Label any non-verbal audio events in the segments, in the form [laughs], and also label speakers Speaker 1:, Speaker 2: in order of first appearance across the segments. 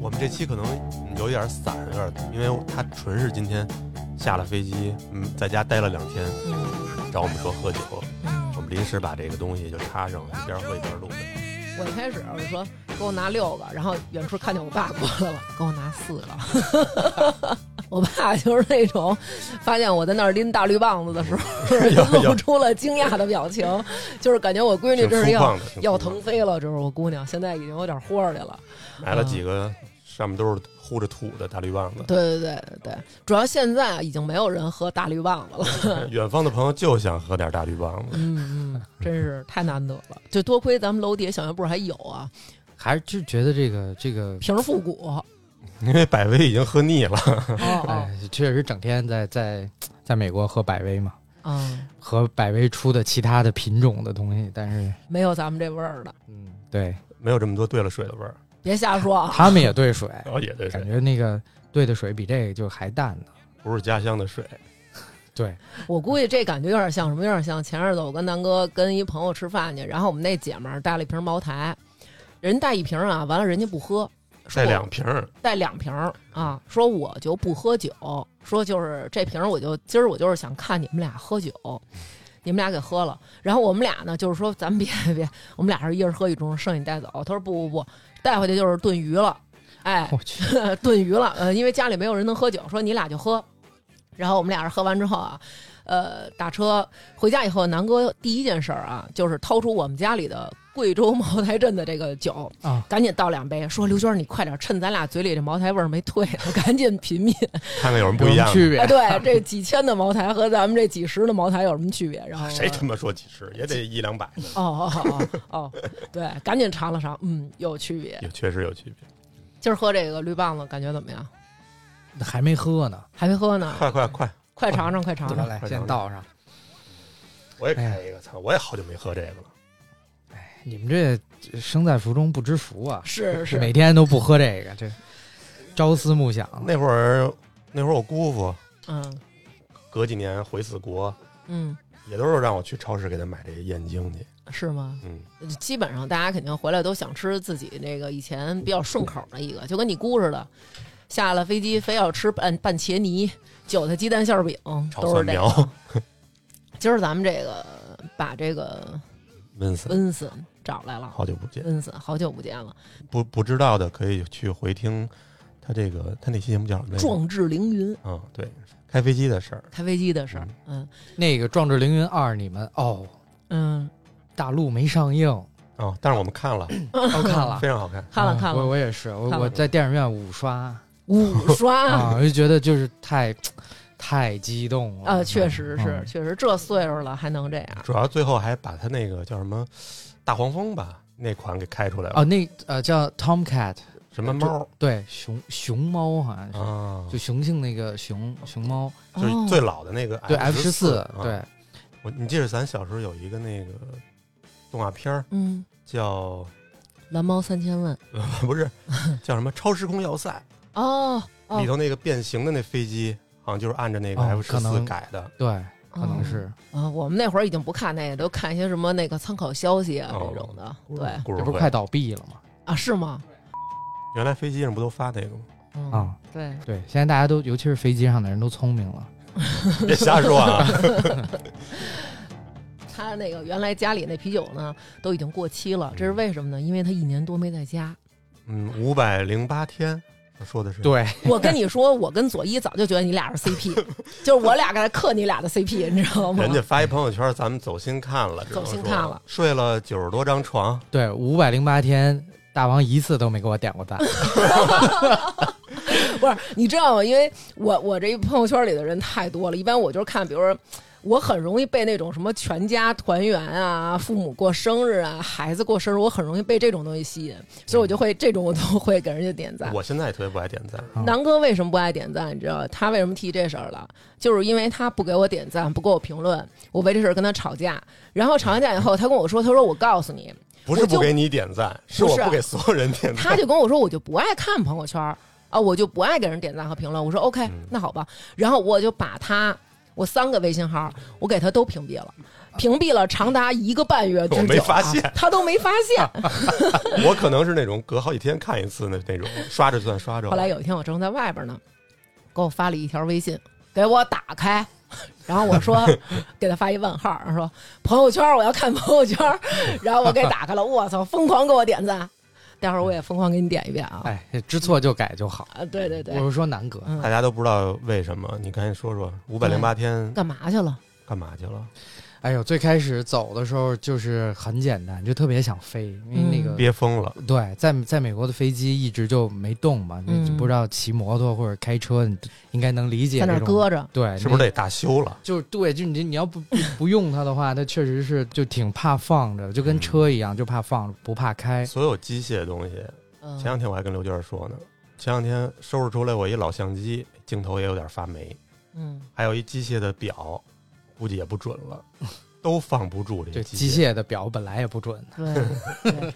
Speaker 1: 我们这期可能有点散，有点，因为他纯是今天下了飞机，嗯，在家待了两天，嗯找我们说喝酒，我们临时把这个东西就插上了，一边喝一边录的。
Speaker 2: 我一开始我说给我拿六个，然后远处看见我爸过来了，给我拿四个。 [laughs] 我爸就是那种发现我在那儿拎大绿棒子的时 [laughs] 候，
Speaker 1: 有有
Speaker 2: 露出了惊讶的表情，嗯就是感觉我闺女
Speaker 1: 挺
Speaker 2: 这是
Speaker 1: 粗
Speaker 2: 要
Speaker 1: 犷的，挺
Speaker 2: 要
Speaker 1: 粗犷
Speaker 2: 腾
Speaker 1: 的
Speaker 2: 飞了，这是我姑娘，现在已经有点豁出去了。
Speaker 1: 买了几个上面都是糊着土的大绿
Speaker 2: [laughs]
Speaker 1: 棒子。
Speaker 2: 对对对对，主要现在啊已经没有人喝大绿棒子了，
Speaker 1: 远方的朋友就想喝点大绿棒子，
Speaker 2: 嗯嗯， [laughs] 真是太难得了。就多亏咱们楼底下小卖部还有啊，
Speaker 3: 还是就觉得这个这个，
Speaker 2: 瓶儿复 [laughs] 古，哦
Speaker 1: 因为百威已经喝腻了。
Speaker 2: 哦，
Speaker 3: 哎，确实整天在在在美国喝百威嘛，
Speaker 2: 嗯，
Speaker 3: 和百威出的其他的品种的东西，但是
Speaker 2: 没有咱们这味儿的，
Speaker 3: 嗯，对
Speaker 1: 没有这么多兑了水的味儿，
Speaker 2: 别瞎说啊。
Speaker 3: 他们也兑水，
Speaker 1: 然后也兑
Speaker 3: 感
Speaker 1: 水，
Speaker 3: 觉那个兑的水比这个就还淡呢。
Speaker 1: 不是家乡的水。
Speaker 3: 对，
Speaker 2: 我估计这感觉有点像什么？有点像前日子我跟南哥跟一朋友吃饭去，然后我们那姐们儿带了一瓶茅台，人带一瓶啊，完了人家不喝，说
Speaker 1: 带
Speaker 2: 我
Speaker 1: 两瓶儿，
Speaker 2: 带两瓶儿啊，说我就不喝酒，说就是这瓶儿我就今儿我就是想看你们俩喝酒，你们俩给喝了，然后我们俩呢就是说咱们别别，我们俩是一人喝一盅，剩下你带走。他说不不不，带回去就是炖鱼了，哎，
Speaker 3: 我去，
Speaker 2: [laughs] 炖鱼了，呃，因为家里没有人能喝酒，说你俩就喝。然后我们俩人喝完之后啊，呃，打车回家以后，南哥第一件事儿啊，就是掏出我们家里的贵州茅台镇的这个酒
Speaker 3: 啊，
Speaker 2: 赶紧倒两杯，说刘娟儿你快点，趁咱俩嘴里这茅台味儿没退呢， [laughs] 赶紧品品。
Speaker 1: 看看有什么不
Speaker 3: 有
Speaker 1: 一
Speaker 3: 什么
Speaker 1: 样的。
Speaker 3: 区别
Speaker 2: 啊，对，这几千的茅台和咱们这几十的茅台有什么区别？然
Speaker 1: [laughs]
Speaker 2: 后
Speaker 1: 谁他妈说几十，也得一两百呢，
Speaker 2: 哦哦哦哦，对，赶紧尝了尝，嗯，有区别。
Speaker 1: 也确实有区别。
Speaker 2: 今儿喝这个绿棒子感觉怎么样？
Speaker 3: 还没喝呢，
Speaker 2: 还没喝呢，
Speaker 1: 快快快，
Speaker 2: [laughs] 快尝尝，快尝
Speaker 3: 得
Speaker 2: 尝。
Speaker 3: 来
Speaker 1: 快
Speaker 3: 先
Speaker 1: 尝
Speaker 3: 倒上。
Speaker 1: 我也开一个，操！我也好久没喝这个了。
Speaker 3: 你们这生在福中不知福啊，
Speaker 2: 是是，
Speaker 3: 每天都不喝这个，这朝思暮想。
Speaker 1: 那会儿，那会儿我姑父
Speaker 2: 嗯
Speaker 1: 隔几年回死国，
Speaker 2: 嗯，
Speaker 1: 也都是让我去超市给他买这燕京去。
Speaker 2: 是吗？
Speaker 1: 嗯，
Speaker 2: 呃基本上大家肯定回来都想吃自己那个以前比较顺口的一个，就跟你姑似的，下了飞机非要吃拌拌茄泥、韭菜鸡蛋馅儿饼，
Speaker 1: 炒
Speaker 2: 都是
Speaker 1: 蒜
Speaker 2: 这
Speaker 1: 苗
Speaker 2: 个。今儿咱们这个把这个
Speaker 1: 温森，
Speaker 2: 温森找来了，
Speaker 1: 好久不见，
Speaker 2: 温森好久不见了，
Speaker 1: 不不知道的可以去回听他这个他那期节目叫什么来着？
Speaker 2: 壮志凌云，
Speaker 1: 啊，对，开飞机的事儿。
Speaker 2: 开飞机的事儿，嗯
Speaker 3: 那个《壮志凌云二》，你们哦，
Speaker 2: 嗯，
Speaker 3: 大陆没上映，
Speaker 1: 哦，但是我们看了，
Speaker 3: 我看了
Speaker 1: 非。常好看。
Speaker 2: 看了
Speaker 3: 啊
Speaker 2: 看
Speaker 3: 我
Speaker 2: 了，
Speaker 3: 我也是，我
Speaker 2: 看了嗯
Speaker 3: 我在电影院五刷
Speaker 1: [laughs]
Speaker 2: 五
Speaker 3: 啊，
Speaker 2: 刷。
Speaker 3: 我就觉得就是太太激动了
Speaker 2: 啊，确实是，
Speaker 3: 嗯
Speaker 2: 确实这岁数了还能这样，
Speaker 1: 主要最后还把他那个叫什么大黄蜂吧那款给开出来了，
Speaker 3: 哦，那呃叫 Tomcat，
Speaker 1: 什么猫
Speaker 3: 对，熊熊猫好像是，
Speaker 1: 啊，
Speaker 3: 就雄性那个熊熊猫，
Speaker 1: 就
Speaker 2: 哦
Speaker 1: 是最老的那个
Speaker 3: 对 F 十
Speaker 1: 四啊
Speaker 3: 四，，啊对，
Speaker 1: 我你记得咱小时候有一个那个动画片儿
Speaker 2: 嗯，
Speaker 1: 叫 [laughs]
Speaker 2: 蓝猫三千问，
Speaker 1: 不是叫什么《超时空要塞
Speaker 2: 哦》哦
Speaker 1: 里，头那个变形的那飞机，好像就是按照那个
Speaker 3: 哦
Speaker 1: F 十
Speaker 3: 可
Speaker 1: 四
Speaker 3: 能
Speaker 1: 改的。
Speaker 3: 对，可能
Speaker 2: 哦
Speaker 3: 是
Speaker 2: 啊，我们那会儿已经不看那个，都看一些什么那个参考消息啊
Speaker 1: 哦
Speaker 2: 这种的。
Speaker 1: 咕噜
Speaker 2: 对
Speaker 1: 咕噜
Speaker 3: 这不是
Speaker 1: 会
Speaker 3: 快倒闭了吗？
Speaker 2: 啊，是吗？
Speaker 1: 原来飞机上不都发那个吗？
Speaker 2: 嗯，
Speaker 3: 啊
Speaker 2: 对，
Speaker 3: 对，现在大家都，尤其是飞机上的人都聪明了，
Speaker 1: 别瞎说啊！
Speaker 3: [laughs]
Speaker 2: 他那个原来家里那啤酒呢都已经过期了，这是为什么呢？因为他一年多没在家。
Speaker 1: 嗯，五百零八天，我说的是
Speaker 3: 对，
Speaker 2: 我跟你说，我跟左一早就觉得你俩
Speaker 1: [laughs]
Speaker 2: 是 CP，就是我俩刚才克你俩的 CP，你知道吗？
Speaker 1: 人家发一朋友圈，咱们走心看了，只能
Speaker 2: 走心
Speaker 1: 说
Speaker 2: 看了，
Speaker 1: 睡了九十多张床，
Speaker 3: 对，五百零八天，大王一次都没给我点
Speaker 2: [laughs]
Speaker 3: 过赞。
Speaker 2: 不是，你知道吗？因为我我这朋友圈里的人太多了，一般我就是看，比如说。我很容易被那种什么全家团圆啊、父母过生日啊、孩子过生日，我很容易被这种东西吸引，所以我就会这种我都会给人家点赞。
Speaker 1: 我现在也特别不爱点赞，
Speaker 3: 啊
Speaker 2: 南哥为什么不爱点赞？你知道他为什么提这事儿了？就是因为他不给我点赞，不给我评论，我为这事儿跟他吵架。然后吵完架以后，他跟我说：“他说我告诉你，
Speaker 1: 不是
Speaker 2: 我就
Speaker 1: 不给你点赞，是
Speaker 2: 不
Speaker 1: 我
Speaker 2: 是
Speaker 1: 不给所有人 [laughs] 点
Speaker 2: [laughs]
Speaker 1: 赞
Speaker 2: 他。就跟我说，我就不爱看朋友圈儿啊，我就不爱给人点赞和评论。我说 OK，那好吧。然后我就把他，我三个微信号我给他都屏蔽了，屏蔽了长达一个半月之久、啊，
Speaker 1: 我没发现
Speaker 2: 他都没发现。
Speaker 1: 我可能是那种隔好几天看一次的那种，刷着算刷着。
Speaker 2: 后来有一天我正在外边呢，给我发了一条微信，给我打开。然后我说，给他发一问号，说朋友圈我要看朋友圈，然后我给打开了，我操，疯狂给我点赞，待会儿我也疯狂给你点一遍啊！
Speaker 3: 哎，知错就改就好
Speaker 2: 啊！对对对，
Speaker 3: 我是说南哥，
Speaker 2: 嗯
Speaker 1: 大家都不知道为什么，你赶紧说说，五百零八天
Speaker 2: 干嘛去了？
Speaker 1: 干嘛去了？
Speaker 3: 哎呦，最开始走的时候就是很简单，就特别想飞，因为那个、
Speaker 1: 憋疯了，
Speaker 3: 对，在在美国的飞机一直就没动嘛，
Speaker 2: 嗯
Speaker 3: 你就不知道骑摩托或者开车，你应该能理解
Speaker 2: 在那
Speaker 3: 这
Speaker 2: 儿
Speaker 3: 种。
Speaker 2: 搁着，
Speaker 3: 对，
Speaker 1: 是不是
Speaker 3: 那
Speaker 1: 得大修了？
Speaker 3: 就是对，就你你要不不不用它的话，它确实是就挺怕放着，就跟车一样，就怕放着不怕开。
Speaker 1: 所有机械的东西，
Speaker 2: 嗯
Speaker 1: 前两天我还跟刘娟说呢，前两天收拾出来我一老相机，镜头也有点发霉，
Speaker 2: 嗯，
Speaker 3: [laughs]
Speaker 1: 还有一机械的表，估计也不准了，都放不住这
Speaker 3: 对，
Speaker 1: 些
Speaker 3: 机
Speaker 1: 械。
Speaker 3: 械的表本来也不准。
Speaker 2: 对，对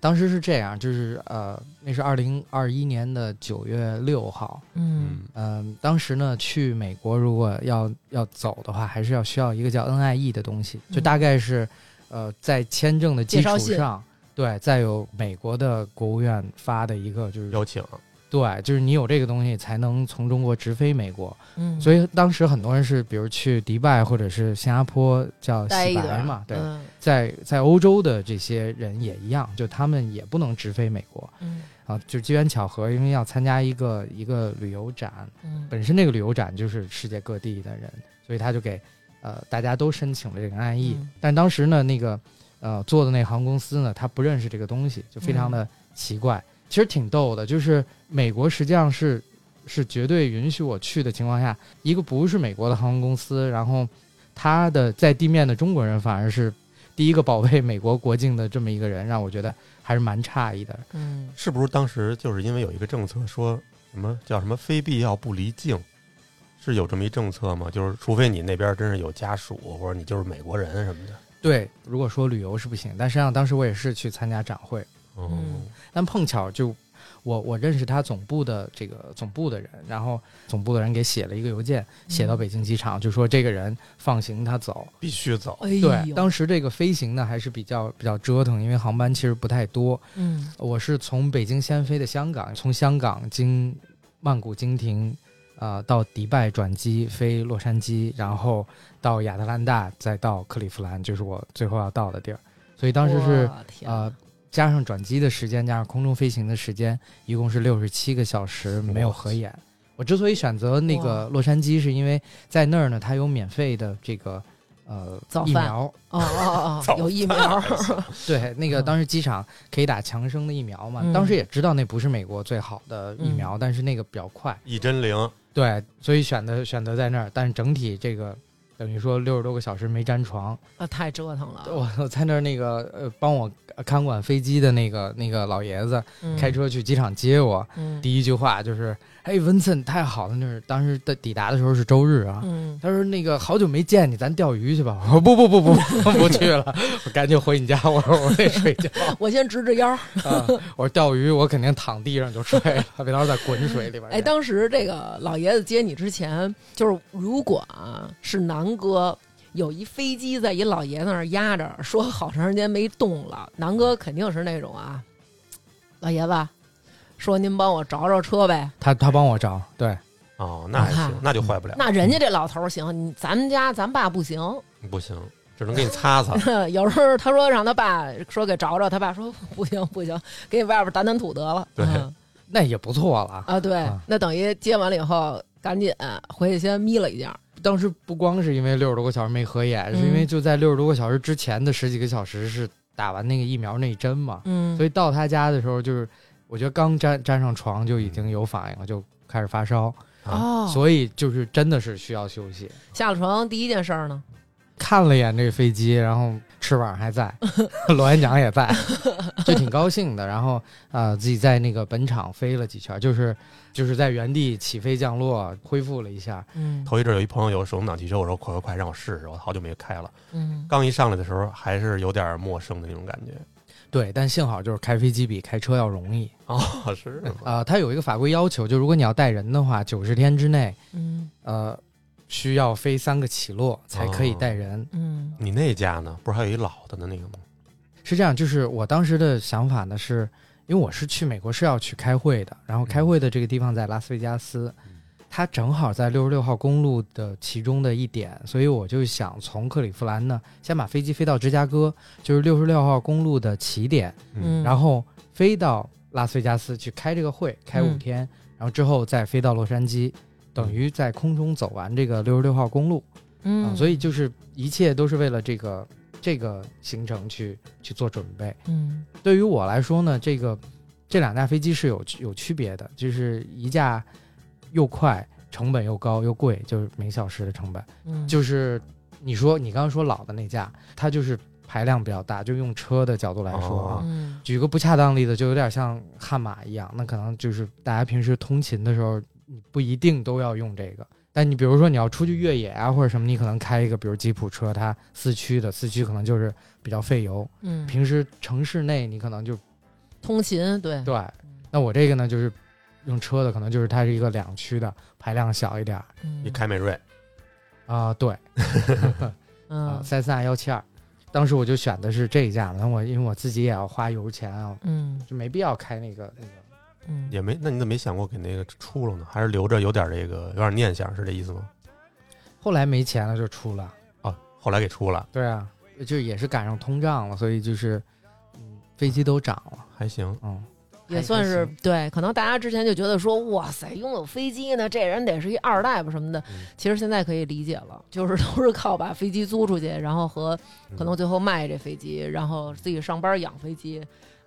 Speaker 3: 当时是这样，就是呃，那是二零二一年的九月六号，
Speaker 2: 嗯
Speaker 1: 嗯，
Speaker 3: 嗯、当时呢去美国如果要要走的话，还是要需要一个叫 NIE 的东西，就
Speaker 2: 嗯
Speaker 3: 大概是呃在签证的基
Speaker 2: 介绍
Speaker 3: 础
Speaker 2: 信
Speaker 3: 上，对，再有美国的国务院发的一个就是
Speaker 1: 邀请
Speaker 3: 对，就是你有这个东西才能从中国直飞美国。
Speaker 2: 嗯，
Speaker 3: 所
Speaker 2: 以
Speaker 3: 以当时很多人是，比如去迪拜或者是新加坡叫
Speaker 2: 待
Speaker 3: 洗
Speaker 2: 一个
Speaker 3: 白嘛，对，
Speaker 2: 嗯
Speaker 3: 在在欧洲的这些人也一样，就他们也不能直飞美国
Speaker 2: 嗯
Speaker 3: 啊，就机缘巧合，因为要参加一个一个旅游展，
Speaker 2: 嗯
Speaker 3: 本身那个旅游展就是世界各地的人，所以他就给呃大家都申请了这个案例，
Speaker 2: 嗯
Speaker 3: 但当时呢，那个呃做的那航空公司呢，他不认识这个东西，就非常的奇怪。其实挺逗的，就是美国实际上是是绝对允许我去的情况下，一个不是美国的航空公司，然后他的在地面的中国人反而是第一个保卫美国国境的这么一个人，让我觉得还是蛮诧异的。
Speaker 2: 嗯
Speaker 1: 是不是当时就是因为有一个政策说什么叫什么非必要不离境，是有这么一政策吗？就是除非你那边真是有家属，或者你就是美国人什么的。
Speaker 3: 对，如果说旅游是不行，但实际上当时我也是去参加展会，
Speaker 1: 嗯，
Speaker 3: 但碰巧就我我认识他总部的这个总部的人，然后总部的人给写了一个邮件，
Speaker 2: 嗯
Speaker 3: 写到北京机场，就说这个人放行他走。
Speaker 1: 必须走。
Speaker 2: 哎呦，
Speaker 3: 对，当时这个飞行呢还是比较比较折腾，因为航班其实不太多。
Speaker 2: 嗯
Speaker 3: 我是从北京先飞的香港，从香港经曼谷经停，啊到迪拜转机飞洛杉矶，然后到亚特兰大，再到克利夫兰，就是我最后要到的地儿。所以当时是
Speaker 2: 我天
Speaker 3: 呃，加上转机的时间，加上空中飞行的时间，一共是六十七个小时，没有合眼。我之所以选择那个洛杉矶，是因为在那儿呢，它有免费的这个呃
Speaker 2: 早
Speaker 3: 疫
Speaker 2: 饭
Speaker 3: 苗，
Speaker 2: 哦
Speaker 3: [laughs]
Speaker 2: 哦
Speaker 1: 早
Speaker 2: 哦，有疫苗，
Speaker 3: 对，那个
Speaker 2: 嗯
Speaker 3: 当时机场可以打强生的疫苗嘛。
Speaker 2: 嗯
Speaker 3: 当时也知道那不是美国最好的疫苗，但是那个比较快，
Speaker 1: 一针灵，
Speaker 3: 对，所以选择选择在那儿。但是整体这个等于说六十多个小时没沾床，
Speaker 2: [laughs] 啊，太折腾了，
Speaker 3: 我我在那儿那个呃帮我看管飞机的那个那个老爷子
Speaker 2: 嗯
Speaker 3: 开，车去机场接我。
Speaker 2: 嗯
Speaker 3: 第一句话就是：“哎，文森，太好了！”那是当时的抵达的时候是周日啊。
Speaker 2: 嗯，
Speaker 3: 他说：“那个好久没见你，咱钓鱼去吧。”我 [laughs] 说：“不不不不不不去了， [laughs] 我赶紧回你家。”我说：“我得睡
Speaker 2: [laughs]
Speaker 3: 觉。
Speaker 2: 我先直直腰。
Speaker 3: 啊”我说：“钓鱼，我肯定躺地上就睡了，别到时候在滚水里边。”
Speaker 2: 哎，当时这个老爷子接你之前，就是如果啊是南哥有一飞机在一老爷子那儿压着，说好长时间没动了，南哥肯定是那种啊，老爷子说您帮我找找车呗。
Speaker 3: 他他帮我找，对
Speaker 1: 哦，那还
Speaker 2: 你
Speaker 1: 行
Speaker 2: 看，
Speaker 1: 那就坏不了，
Speaker 2: 那人家这老头儿行，你咱们家咱爸不行。
Speaker 1: 不行，只能给你擦 [laughs] 擦。
Speaker 2: [laughs]
Speaker 3: 啊
Speaker 2: 有时候他说让他爸说给找找，他爸说不行不行，给你外边掸掸土得了。
Speaker 1: 对
Speaker 2: 嗯
Speaker 3: 那也不错了。
Speaker 2: 啊，对，
Speaker 3: 啊
Speaker 2: 那等于接完了以后，赶紧回去先眯了一觉。
Speaker 3: 当时不光是因为六十多个小时没合眼，是因为
Speaker 2: 嗯
Speaker 3: 就在六十多个小时之前的十几个小时是打完那个疫苗那一针嘛。
Speaker 2: 嗯
Speaker 3: 所以到他家的时候，就是我觉得刚沾沾上床就已经有反应了，就开始发烧，
Speaker 2: 哦，
Speaker 3: 所以就是真的是需要休息。
Speaker 2: 下了床第一件事儿呢，
Speaker 3: 看了一眼这个飞机，然后翅膀
Speaker 2: [laughs]
Speaker 3: 还在，螺旋桨也在，就挺高兴的。然后呃，自己在那个本场飞了几圈，就是就是在原地起飞降落，恢复了一下。
Speaker 2: 嗯
Speaker 1: 头一阵儿有一朋友有手动挡汽车，我说快快快，让我试试，我好久没开了。
Speaker 2: 嗯
Speaker 1: 刚一上来的时候还是有点陌生的那种感觉。
Speaker 3: 对，但幸好就是开飞机比开车要容易。嗯
Speaker 1: 哦， [laughs]
Speaker 2: 嗯
Speaker 1: 是吗？
Speaker 3: 呃，它有一个法规要求，就如果你要带人的话，九十天之内，
Speaker 2: 嗯
Speaker 3: 呃，需要飞三个起落才可以带人。
Speaker 2: 嗯
Speaker 1: 你那家呢？不是还有一老的呢那个吗？
Speaker 3: 是这样，就是我当时的想法呢是，因为我是去美国是要去开会的，然后开会的这个地方在拉斯维加斯，它正好在六十六号公路的其中的一点，所以我就想从克利夫兰呢先把飞机飞到芝加哥，就是六十六号公路的起点，
Speaker 2: 嗯，
Speaker 3: 然后飞到拉斯维加斯去开这个会，开五
Speaker 2: 嗯
Speaker 3: 天，然后之后再飞到洛杉矶，等于在空中走完这个六十六号公路。啊，
Speaker 2: 嗯，
Speaker 3: 所以就是一切都是为了这个这个行程去去做准备。
Speaker 2: 嗯
Speaker 3: 对于我来说呢，这个这两架飞机是有有区别的，就是一架又快，成本又高又贵，就是每小时的成本。
Speaker 2: 嗯，
Speaker 3: 就是你说你刚刚说老的那架，它就是排量比较大，就用车的角度来说啊。
Speaker 1: 哦
Speaker 2: 嗯
Speaker 3: 举个不恰当例子，就有点像悍马一样，那可能就是大家平时通勤的时候，你不一定都要用这个。但你比如说你要出去越野啊或者什么，你可能开一个，比如吉普车，它四驱的，四驱可能就是比较费油。
Speaker 2: 嗯，
Speaker 3: 平时城市内你可能就
Speaker 2: 通勤对，
Speaker 3: 对，那我这个呢就是用车的，可能就是它是一个两驱的，排量小一点儿
Speaker 2: 嗯
Speaker 1: 一凯美瑞，
Speaker 3: 啊、对，啊
Speaker 2: 嗯
Speaker 3: 塞斯纳幺七二，当时我就选的是这一架嘛，那我因为我自己也要花油钱啊，
Speaker 2: 嗯
Speaker 3: 就没必要开那个那个。
Speaker 2: 嗯，
Speaker 1: 也没，那你怎么没想过给那个出了呢？还是留着有点这个有点念想，是这意思吗？
Speaker 3: 后来没钱了就出了。
Speaker 1: 啊，后来给出了，
Speaker 3: 对啊，就也是赶上通胀了，所以就是，嗯，飞机都涨了，
Speaker 1: 还行。
Speaker 3: 嗯，
Speaker 2: 也算是
Speaker 3: 还行
Speaker 2: 对，可能大家之前就觉得说，哇塞，拥有飞机呢，这人得是一二代吧什么的。
Speaker 1: 嗯
Speaker 2: 其实现在可以理解了，就是 [laughs] 都是靠把飞机租出去，然后和
Speaker 1: 嗯
Speaker 3: 嗯
Speaker 2: 可能最后卖这飞机，然后自己上班养飞机，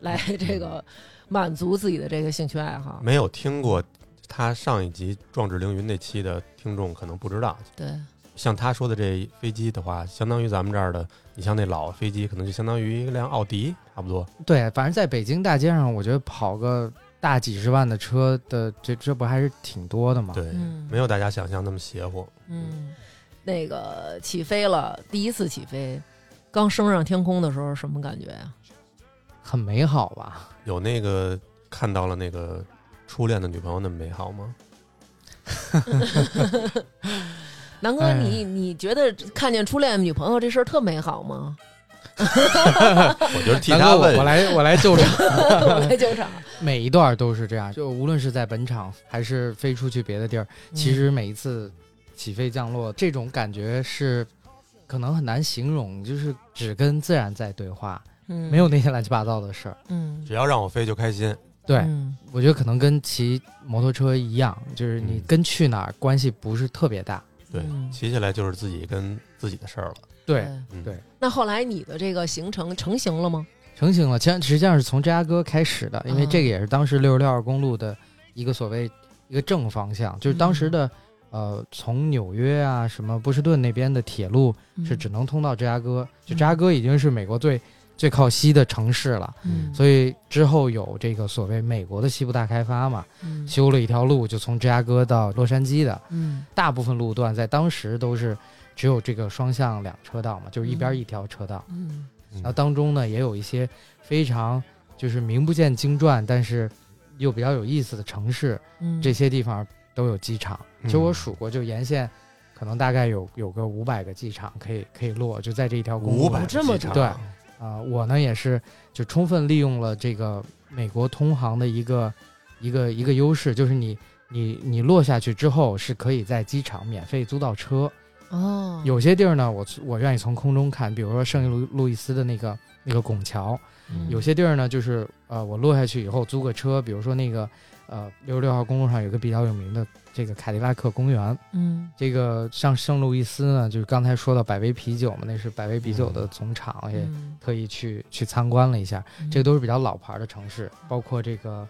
Speaker 2: 来
Speaker 3: 嗯
Speaker 2: 这个满足自己的这个兴趣爱好。
Speaker 1: 没有听过他上一集《壮志凌云》那期的听众可能不知道，
Speaker 2: 对，
Speaker 1: 像他说的这飞机的话，相当于咱们这儿的，你像那老飞机，可能就相当于一辆奥迪差不多。
Speaker 3: 对，反正在北京大街上，我觉得跑个大几十万的车的，这这不还是挺多的吗？，
Speaker 1: 对，
Speaker 2: 嗯
Speaker 1: 没有大家想象那么邪乎。
Speaker 2: 嗯，那个起飞了，第一次起飞，刚升上天空的时候什么感觉呀、
Speaker 3: 很美好吧？
Speaker 1: 有那个看到了那个初恋的女朋友那么美好吗？
Speaker 2: 南哥，
Speaker 3: 哎
Speaker 2: 你你觉得看见初恋女朋友这事儿特美好 [laughs] 吗？
Speaker 1: 我觉得
Speaker 3: [laughs]
Speaker 1: 替
Speaker 3: 南
Speaker 1: 他
Speaker 3: 哥，
Speaker 1: 问
Speaker 3: 我我，来我来救场，
Speaker 2: 我来救场。
Speaker 3: 每一段都是这
Speaker 2: 嗯
Speaker 3: 样，就无论是在本场还是飞出去别的地儿，
Speaker 2: 嗯
Speaker 3: 其实每一次起飞降落，这种感觉是可能很难形容，就是只跟自然在对话，
Speaker 2: 嗯
Speaker 3: 没有那些乱七八糟的事儿。
Speaker 2: 嗯，
Speaker 1: 只要让我飞就开心。
Speaker 3: 对，
Speaker 2: 嗯
Speaker 3: 我觉得可能跟骑摩托车一样，就是你
Speaker 1: 嗯
Speaker 3: 跟去哪儿关系不是特别大。
Speaker 1: 对，
Speaker 2: 嗯
Speaker 1: 骑起来就是自己跟自己的事儿了。
Speaker 3: 对，
Speaker 1: 嗯，
Speaker 3: 对
Speaker 2: 那后来你的这个行程成型了吗？
Speaker 3: 成型了。其实实际上是从芝加哥开始的，因为
Speaker 2: 啊
Speaker 3: 这个也是当时六十六号公路的一个所谓一个正方向，就是当
Speaker 2: 嗯
Speaker 3: 时的、呃，从纽约啊什么波士顿那边的铁路
Speaker 2: 嗯
Speaker 3: 是只能通到芝加哥，就芝加哥已经是美国最最靠西的城市了。
Speaker 2: 嗯，
Speaker 3: 所以之后有这个所谓美国的西部大开发嘛，
Speaker 2: 嗯
Speaker 3: 修了一条路，就从芝加哥到洛杉矶的，
Speaker 2: 嗯
Speaker 3: 大部分路段在当时都是只有这个双向两车道嘛，就是一边一条车道。
Speaker 2: 嗯
Speaker 1: 嗯
Speaker 3: 然后当中呢，也有一些非常就是名不见经传，但是又比较有意思的城市，
Speaker 2: 嗯，
Speaker 3: 这些地方都有机场。
Speaker 1: 嗯
Speaker 3: 其实我数过，就沿线可能大概有有个五百个机场可以可以落，就在这一条公
Speaker 1: 嗯
Speaker 3: 路
Speaker 1: 五百
Speaker 2: 哦这么
Speaker 1: 机场
Speaker 3: 对啊、我呢也是就充分利用了这个美国通航的一个一个一个优势，就是你你你落下去之后是可以在机场免费租到车。
Speaker 2: 哦
Speaker 3: 有些地儿呢，我我愿意从空中看，比如说圣路路易斯的那个那个拱桥，
Speaker 2: 嗯
Speaker 3: 有些地儿呢就是呃我落下去以后租个车，比如说那个呃六十六号公路上有一个比较有名的这个凯迪拉克公园，
Speaker 2: 嗯
Speaker 3: 这个像圣路易斯呢，就是刚才说到百威啤酒嘛，那是百威啤酒的总厂，也
Speaker 2: 嗯
Speaker 3: 特意去去参观了一下，哎这个都是比较老牌的城市，包括这个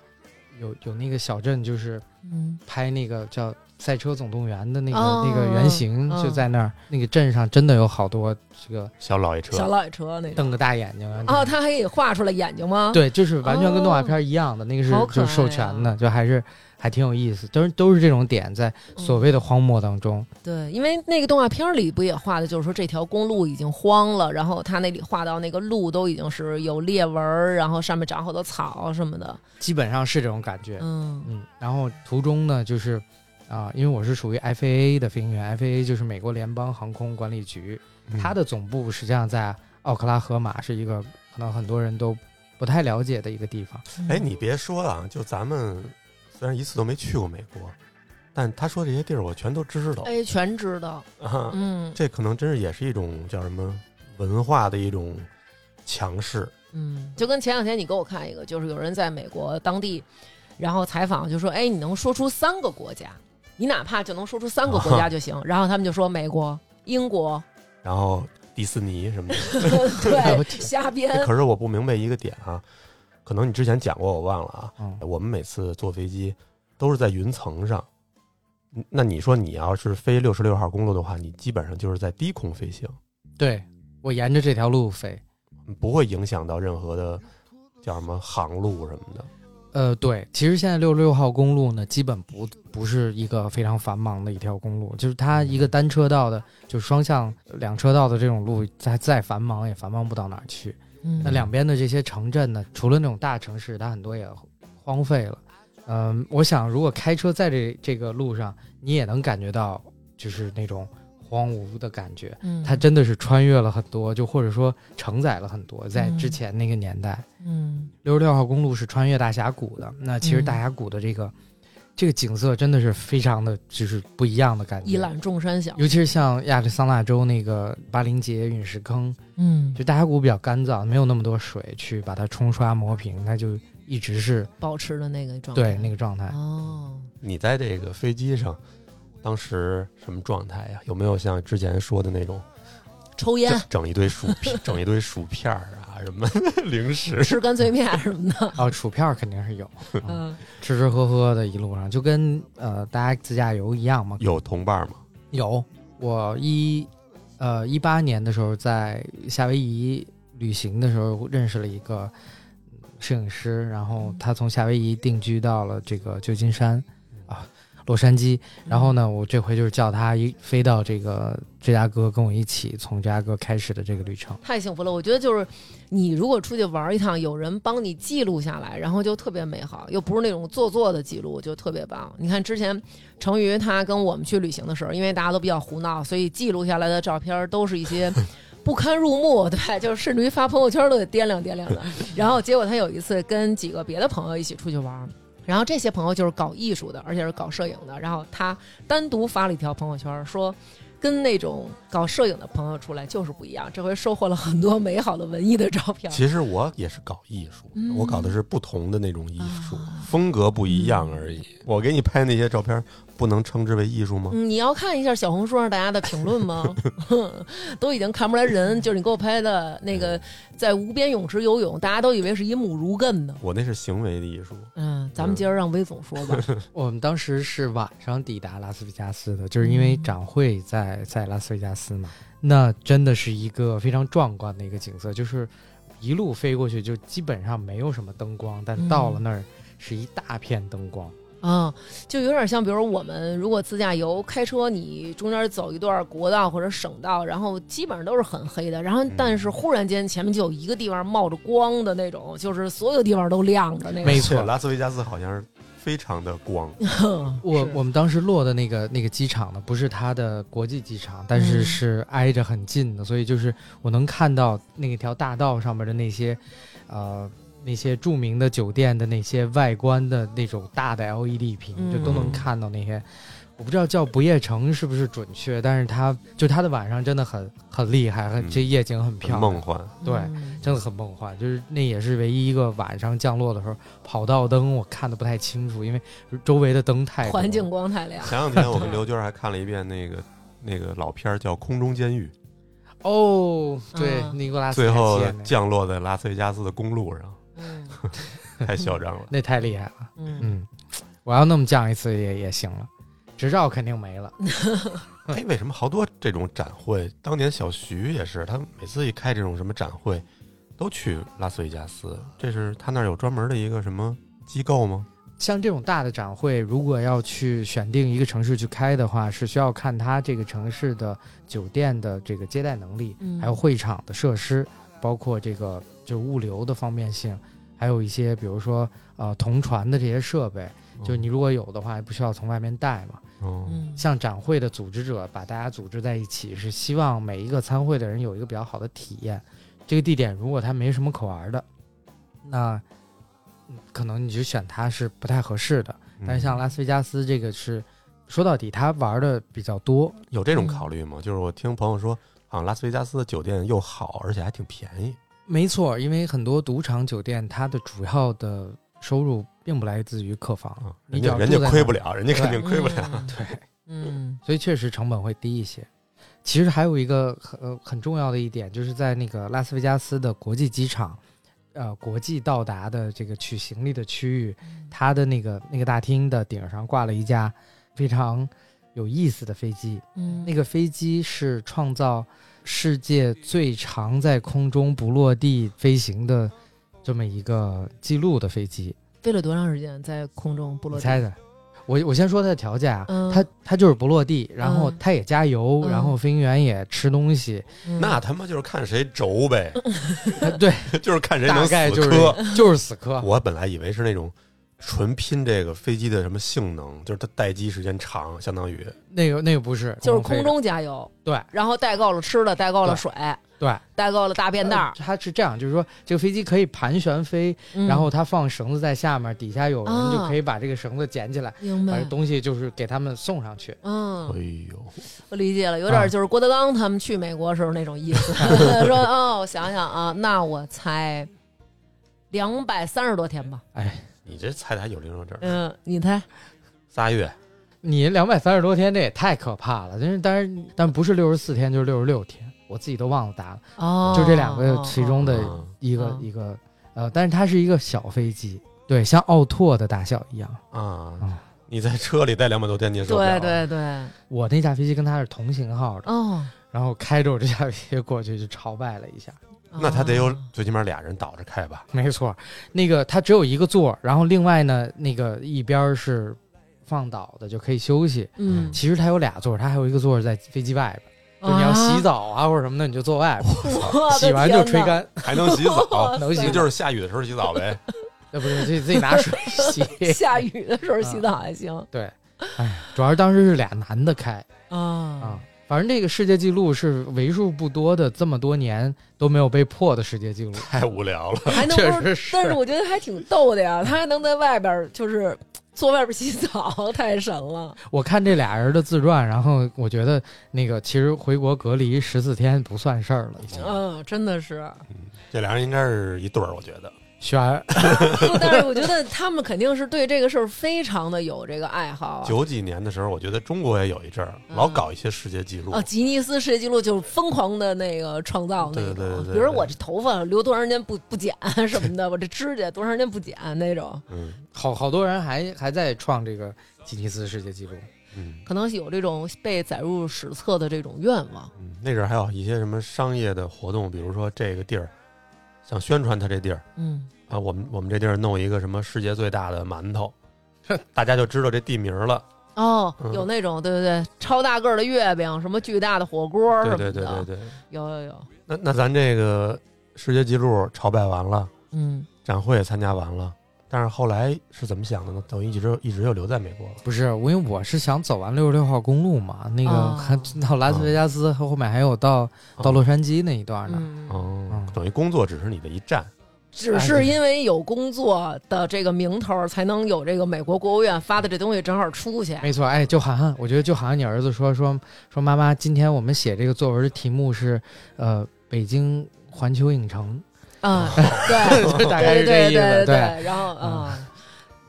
Speaker 3: 有有那个小镇，就是
Speaker 2: 嗯
Speaker 3: 拍那个叫《赛车总动员》的那个、
Speaker 2: 哦
Speaker 3: 那个原型
Speaker 2: 哦
Speaker 3: 就在那儿，那个镇上真的有好多这个
Speaker 1: 小老爷
Speaker 2: 小
Speaker 1: 车，
Speaker 2: 老爷车那种
Speaker 3: 瞪个大眼睛啊。
Speaker 2: 嗯哦，他还给画出来眼睛吗？，
Speaker 3: 对，就是完全跟动画片一样的，那个是
Speaker 2: 好可爱
Speaker 3: 就
Speaker 2: 啊
Speaker 3: 是授权的，就还是还挺有意思，都是都是这种点在
Speaker 2: 嗯
Speaker 3: 所谓的荒漠当中，
Speaker 2: 对，因为那个动画片里不也画的，就是说这条公路已经荒了，然后他那里画到那个路都已经是有裂纹儿，然后上面长好多草什么的。
Speaker 3: 基本上是这种感觉。
Speaker 2: 嗯
Speaker 3: 嗯，然后途中呢，就是啊，因为我是属于 FAA 的飞行员，FAA 就是美国联邦航空管理局，
Speaker 1: 嗯
Speaker 3: 它的总部实际上在奥克拉荷马，是一个可能很多人都不太了解的一个地方。
Speaker 1: 哎，你别说啊，就咱们虽然一次都没去过美国，但他说这些地儿我全都知道。
Speaker 2: 哎，全知道，
Speaker 1: 啊，
Speaker 2: 嗯
Speaker 1: 这可能真是也是一种叫什么文化的一种强势。
Speaker 2: 嗯，就跟前两天你给我看一个，就是有人在美国当地，然后采访就说，哎，你能说出三个国家，你哪怕就能说出三个国家就行，然后他们就说美国、英国，
Speaker 1: 然后迪士尼什么的，
Speaker 2: [laughs]
Speaker 1: 哎
Speaker 2: 对，瞎编，
Speaker 1: 可是我不明白一个点啊，可能你之前讲过，我忘了啊。
Speaker 3: 嗯，
Speaker 1: 我们每次坐飞机都是在云层上，嗯那你说你要是飞六十六号公路的话，你基本上就是在低空飞行，
Speaker 3: 对我沿着这条路飞。
Speaker 1: 不会影响到任何的叫什么航路什么的。
Speaker 3: 呃，对，其实现在六十六号公路呢，基本不不是一个非常繁忙的一条公路，就是它一个单车道的，就是双向两车道的这种路，再再繁忙也繁忙不到哪儿去。
Speaker 2: 嗯
Speaker 3: 那两边的这些城镇呢，除了那种大城市，它很多也荒废了。嗯，我想如果开车在这这个路上，你也能感觉到就是那种荒芜的感觉。
Speaker 2: 嗯
Speaker 3: 它真的是穿越了很多，就或者说承载了很多，在之
Speaker 2: 嗯
Speaker 3: 前那个年代。
Speaker 2: 嗯
Speaker 3: 六十六号公路是穿越大峡谷的，那其实
Speaker 2: 嗯
Speaker 3: 大峡谷的这个、这个景色真的是非常的，就是不一样的感
Speaker 2: 一
Speaker 3: 觉。
Speaker 2: 览众山小，
Speaker 3: 尤其是像亚利桑那州那个巴林杰陨石坑，
Speaker 2: 嗯，
Speaker 3: 就大峡谷比较干燥，没有那么多水去把它冲刷磨平，它就一直是
Speaker 2: 保持的那个状态，
Speaker 3: 对那个状态。
Speaker 2: 哦，
Speaker 1: 你在这个飞机上，当时什么状态呀、有没有像之前说的那种
Speaker 2: 抽烟
Speaker 1: 整、整一堆薯片、整一堆薯片儿啊什么 [laughs] 零食？
Speaker 2: [laughs] 吃干脆面什么的，
Speaker 3: 哦，薯片儿肯定是有， [laughs] 嗯
Speaker 2: 嗯
Speaker 3: 吃吃喝喝的一路上就跟呃大家自驾游一样嘛。
Speaker 1: 有同伴吗？
Speaker 3: 有，我一呃一八年的时候在夏威夷旅行的时候认识了一个嗯摄影师，然
Speaker 2: 嗯
Speaker 3: 后他从夏威夷定居到了这个旧金山啊洛杉矶，然后呢，我这回就是叫他一飞到这个芝加哥跟我一起从芝加哥开始的这个旅程。
Speaker 2: 太幸福了。我觉得就是你如果出去玩一趟，有人帮你记录下来，然后就特别美好，又不是那种做作的记录，就特别棒。你看之前成瑜他跟我们去旅行的时候，因为大家都比较胡闹，所以记录下来的照片都是一些。不堪入目，对，就是甚至于发朋友圈都得掂量掂量的。然后结果他有一次跟几个别的朋友一起出去玩，然后这些朋友就是搞艺术的，而且是搞摄影的。然后他单独发了一条朋友圈，说跟那种搞摄影的朋友出来就是不一样。这回收获了很多美好的文艺的照片。
Speaker 1: 其实我也是搞艺术，
Speaker 2: 嗯
Speaker 1: 我搞的是不同的那种艺术，
Speaker 2: 啊
Speaker 1: 风格不一样而已。
Speaker 3: 嗯
Speaker 1: 我给你拍那些照片，不能称之为艺术吗？
Speaker 2: 嗯，你要看一下小红书上大家的评论
Speaker 3: [laughs]
Speaker 2: 吗？ [laughs] 都已经看不出来人，就是你给我拍的那个
Speaker 3: 嗯
Speaker 2: 在无边泳池游泳，大家都以为是一母如艮呢。
Speaker 1: 我那是行为的艺术。
Speaker 2: 嗯，咱们接着让威总说吧。 [laughs]
Speaker 3: 我们当时是晚上抵达拉斯维加斯的，就是因为展会在在拉斯维加斯嘛，嗯那真的是一个非常壮观的一个景色，就是一路飞过去就基本上没有什么灯光，但
Speaker 2: 嗯
Speaker 3: 到了那儿是一大片灯光。
Speaker 2: 啊，就有点像，比如我们如果自驾游开车，你中间走一段国道或者省道，然后基本上都是很黑的，然后但是忽然间前面就有一个地方冒着光的那种，就是所有地方都亮的那
Speaker 3: 没
Speaker 2: 种。
Speaker 3: 错
Speaker 1: 而且拉斯维加斯好像是非常的光，
Speaker 3: 我
Speaker 2: 是
Speaker 3: 我们当时落的那个那个机场呢，不是它的国际机场，但是
Speaker 2: 嗯
Speaker 3: 是挨着很近的，所以就是我能看到那条大道上面的那些，呃，那些著名的酒店的那些外观的那种大的 LED 屏，
Speaker 2: 嗯
Speaker 3: 就都能看到那些。我不知道叫不夜城是不是准确，但是它就它的晚上真的很很厉害，很
Speaker 1: 嗯
Speaker 3: 这夜景很漂
Speaker 1: 很
Speaker 3: 亮，
Speaker 1: 梦幻。
Speaker 3: 对
Speaker 2: 嗯
Speaker 3: 真的很梦幻，就是那也是唯一一个晚上降落的时候，跑道灯我看的不太清楚，因为周围的灯太多
Speaker 2: 环境
Speaker 3: 了
Speaker 2: 光太亮。
Speaker 1: 前两天我跟刘娟还看了一遍那个那个老片儿，叫《空中监狱
Speaker 3: 哦，对，
Speaker 2: 嗯
Speaker 3: 尼古拉》，斯
Speaker 1: 最
Speaker 3: 凯
Speaker 1: 后
Speaker 3: 奇演的
Speaker 1: 降落在拉斯维加斯的公路上，
Speaker 2: 嗯
Speaker 1: 太嚣张了。
Speaker 3: 那太厉害了。
Speaker 2: 嗯，
Speaker 3: 嗯，我要那么降一次也也行了，执照肯定没了。嗯
Speaker 1: 哎，为什么好多这种展会？当年小徐也是，他每次一开这种什么展会，都去拉斯维加斯。这是他那儿有专门的一个什么机构吗？
Speaker 3: 像这种大的展会，如果要去选定一个城市去开的话，是需要看它这个城市的酒店的这个接待能力，
Speaker 2: 嗯
Speaker 3: 还有会场的设施，包括这个就是物流的方便性，还有一些比如说呃同传的这些设备，就你如果有的话，也不需要从外面带嘛。
Speaker 1: 嗯，
Speaker 2: 嗯，
Speaker 3: 像展会的组织者把大家组织在一起，是希望每一个参会的人有一个比较好的体验。这个地点如果他没什么可玩的，那嗯可能你就选它是不太合适的。
Speaker 1: 嗯
Speaker 3: 但是像拉斯维加斯这个是，说到底他玩的比较多，
Speaker 1: 有这种考虑
Speaker 3: 嗯
Speaker 1: 吗？就是我听朋友说，好像拉斯维加斯的酒店又好，而且还挺便宜。
Speaker 3: 没错，因为很多赌场酒店它的主要的收入并不来自于客房，
Speaker 1: 啊，人
Speaker 3: 你只
Speaker 1: 家
Speaker 3: 要
Speaker 1: 人
Speaker 3: 嗯住在
Speaker 1: 家
Speaker 3: 那
Speaker 1: 亏
Speaker 3: 儿
Speaker 1: 不了，人家肯定亏不了。 [laughs]
Speaker 2: 嗯
Speaker 3: 对，
Speaker 2: 嗯
Speaker 3: 所以确实成本会低一些。其实还有一个很、呃、很重要的一点，就是在那个拉斯维加斯的国际机场，呃，国际到达的这个取行李的区域，它的那个那个大厅的顶上挂了一架非常有意思的飞机，
Speaker 2: 嗯，
Speaker 3: 那个飞机是创造世界最长在空中不落地飞行的这么一个记录的飞机。
Speaker 2: 飞了多长时间在空中不
Speaker 3: 你
Speaker 2: 落地？
Speaker 3: 猜猜？我我先说它的条件啊，
Speaker 2: 嗯
Speaker 3: 它它就是不落地，然后
Speaker 2: 嗯
Speaker 3: 它也加油，
Speaker 2: 嗯
Speaker 3: 然后飞行员也吃东西，
Speaker 2: 嗯
Speaker 1: 那他妈就是看谁轴呗，
Speaker 3: 它嗯对，
Speaker 1: [laughs] 就是看谁能
Speaker 3: 大
Speaker 1: 死
Speaker 3: 概就是
Speaker 1: 磕。
Speaker 3: 就是死磕。
Speaker 1: 我本来以为是那种纯拼这个飞机的什么性能，就是它待机时间长，相当于
Speaker 3: 那个那个不是，
Speaker 2: 就是
Speaker 3: 飞
Speaker 2: 空
Speaker 3: 的
Speaker 2: 中加油，
Speaker 3: 对
Speaker 2: 然后带够了吃的，带够了水，
Speaker 3: 对。
Speaker 2: 带够了大便袋儿，
Speaker 3: 它是这样，就是说这个飞机可以盘旋飞，
Speaker 2: 嗯
Speaker 3: 然后它放绳子在下面，底下有人
Speaker 2: 啊
Speaker 3: 就可以把这个绳子捡起来，
Speaker 2: 明
Speaker 3: 把
Speaker 2: 白
Speaker 3: 这，东西就是给他们送上去。
Speaker 2: 嗯
Speaker 1: 哎，呦，
Speaker 2: 我理解了，有
Speaker 3: 啊
Speaker 2: 点就是郭德纲他们去美国时候那种意
Speaker 3: [laughs]
Speaker 2: 思，说哦，我想想啊，那我猜两百三十多天吧，
Speaker 1: 你这猜的还有零有整，
Speaker 2: 嗯，你猜，
Speaker 1: 仨月
Speaker 3: 你两百三十多天，这也太可怕了。但是，但是，但不是六十四天，就是六十六天，我自己都忘了答了。
Speaker 2: 哦，
Speaker 3: 就这两个其中的
Speaker 1: 哦
Speaker 3: 一个、
Speaker 2: 哦
Speaker 3: 一个，呃，但是它是一个小飞机，对，像奥拓的大小一样。嗯
Speaker 1: 啊！你在车里待两百多天，你也受不了
Speaker 2: 对
Speaker 1: 啊。
Speaker 2: 对对，
Speaker 3: 我那架飞机跟它是同型号的，
Speaker 2: 哦，
Speaker 3: [laughs] 然后开着我这架飞机过去就朝拜了一下。
Speaker 1: 那他得有
Speaker 2: 哦
Speaker 1: 最起码俩人倒着开吧？
Speaker 3: 没错，那个它只有一个座儿，然后另外呢，那个一边儿是放倒的，就可以休息。
Speaker 2: 嗯，
Speaker 3: 其实它有俩座儿，它还有一个座儿在飞机外边，就你要洗澡啊或者什么的，你就坐外边，
Speaker 2: 澡，
Speaker 3: 洗完就吹，干。
Speaker 1: 还能洗澡
Speaker 2: [laughs]
Speaker 3: 能洗
Speaker 1: 那就是下雨的时候洗澡 [laughs] 呗。
Speaker 3: 那呃不是自己自己
Speaker 2: [laughs]
Speaker 3: 拿水洗。
Speaker 2: 下 [laughs] 雨的时候洗澡还行
Speaker 3: 对，哎，主要是当时是俩男的开啊
Speaker 2: 啊，，
Speaker 3: 反正这个世界纪录是为数不多的，这么多年都没有被破的世界 [laughs] 纪录。
Speaker 1: 太无聊了，
Speaker 2: [laughs] 还能
Speaker 3: 哎确
Speaker 2: 不
Speaker 3: 实是
Speaker 2: 但是我觉得还挺逗的呀，他还能在外边儿就是坐外边儿洗澡， [laughs] 太神了。
Speaker 3: 我看这俩人的自传，然后我觉得那个其实回国隔离十四天不算事儿了，已经。
Speaker 2: 嗯，真的是，
Speaker 1: 这俩人应该是一对儿，我觉得。
Speaker 3: 雪儿，
Speaker 2: 不但是我觉得他们肯定是对这个事儿非常的有这个爱好啊。
Speaker 1: 九几年的时候，我觉得中国也有一阵儿
Speaker 2: 嗯
Speaker 1: 老搞一些世界纪录
Speaker 2: 啊，，吉尼斯世界纪录就是疯狂的那个创造那种，
Speaker 1: 对对对对
Speaker 2: 比如我这头发留多长时间不不剪啊什么的，我这指甲多长时间不剪啊那种，
Speaker 1: 嗯
Speaker 3: 好好多人还还在创这个吉尼斯世界纪录。
Speaker 1: 嗯
Speaker 2: 可能有这种被载入史册的这种愿望。
Speaker 1: 嗯，那阵儿还有一些什么商业的活动，比如说这个地儿想宣传它这地儿
Speaker 2: 嗯，
Speaker 1: 啊，我们我们这地儿弄一个什么世界最大的馒 [laughs] 头，大家就知道这地名了。
Speaker 2: 哦，
Speaker 1: 嗯
Speaker 2: 有那种对对对，超大个儿的月饼，什么巨大的火锅
Speaker 1: 对
Speaker 2: 什么的，
Speaker 1: 对对对对，
Speaker 2: 有有有，
Speaker 1: 那那咱这个世界纪录朝拜完了，
Speaker 2: 嗯，
Speaker 1: 展会也参加完了，但是后来是怎么想的呢？等于一直一直又留在美国了。
Speaker 3: 不是，我因为我是想走完六十六号公路嘛，那个
Speaker 2: 哦
Speaker 3: 还到拉斯维加斯，后面还有到到洛杉矶那一段呢。
Speaker 2: 嗯
Speaker 1: 哦
Speaker 3: 嗯，
Speaker 1: 等于工作只是你的一站。
Speaker 2: 只是因为有工作的这个名头儿，才能有这个美国国务院发的这东西正好出去。
Speaker 3: 没错，哎，就好像我觉得就好像你儿子说说说妈妈，今天我们写这个作文的题目是呃北京环球
Speaker 2: [laughs]
Speaker 3: 影城，
Speaker 1: [laughs]
Speaker 2: 嗯，对，
Speaker 3: 就大概
Speaker 2: 对
Speaker 3: 是这
Speaker 2: 对
Speaker 3: 意
Speaker 2: 对
Speaker 3: 思，对，
Speaker 2: 然后嗯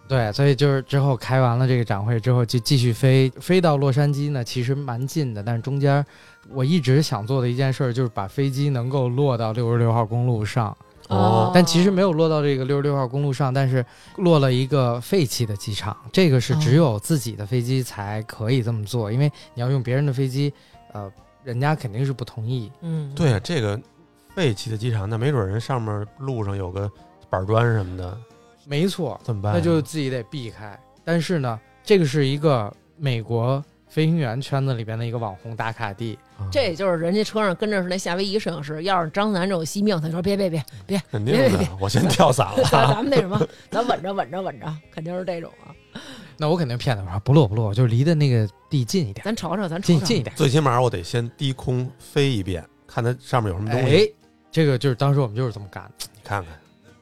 Speaker 3: 对，所以就是之后开完了这个展会之后就继续飞，飞到洛杉矶呢，其实蛮近的，但是中间我一直想做的一件事儿就是把飞机能够落到六十六号公路上，
Speaker 1: 哦
Speaker 3: 但其实没有落到这个六十六号公路上，但是落了一个废弃的机场。这个是
Speaker 1: 哦
Speaker 3: 只有自己的飞机才可以这么做，因为你要用别人的飞机，呃，人家肯定是不同意。
Speaker 2: 嗯，
Speaker 1: 对，啊这个废弃的机场，那没准人上面路上有个板砖什么的，
Speaker 3: 没错，
Speaker 1: 怎么办呀？啊
Speaker 3: 那就自己得避开。但是呢，这个是一个美国飞行员圈子里边的一个网红打卡地，
Speaker 1: 啊、
Speaker 2: 这也就是人家车上跟着是那夏威夷摄影师，要是张楠这种惜命，他说别别 [laughs] 别别，
Speaker 1: 肯定的，我先跳伞了。
Speaker 2: [laughs]
Speaker 1: [laughs]
Speaker 2: 咱咱们那什么，咱稳着稳着稳着，肯定是这种啊。
Speaker 3: 那我肯定骗他，我说不录不录，我就离的那个地近一点，
Speaker 2: 咱瞅瞅，咱瞅
Speaker 3: 近
Speaker 2: 瞅，
Speaker 3: 近一点。
Speaker 1: 最起码我得先低空飞一遍，看它上面有什么东西，
Speaker 3: 哎，这个就是当时我们就是这么干的，
Speaker 1: 你看看。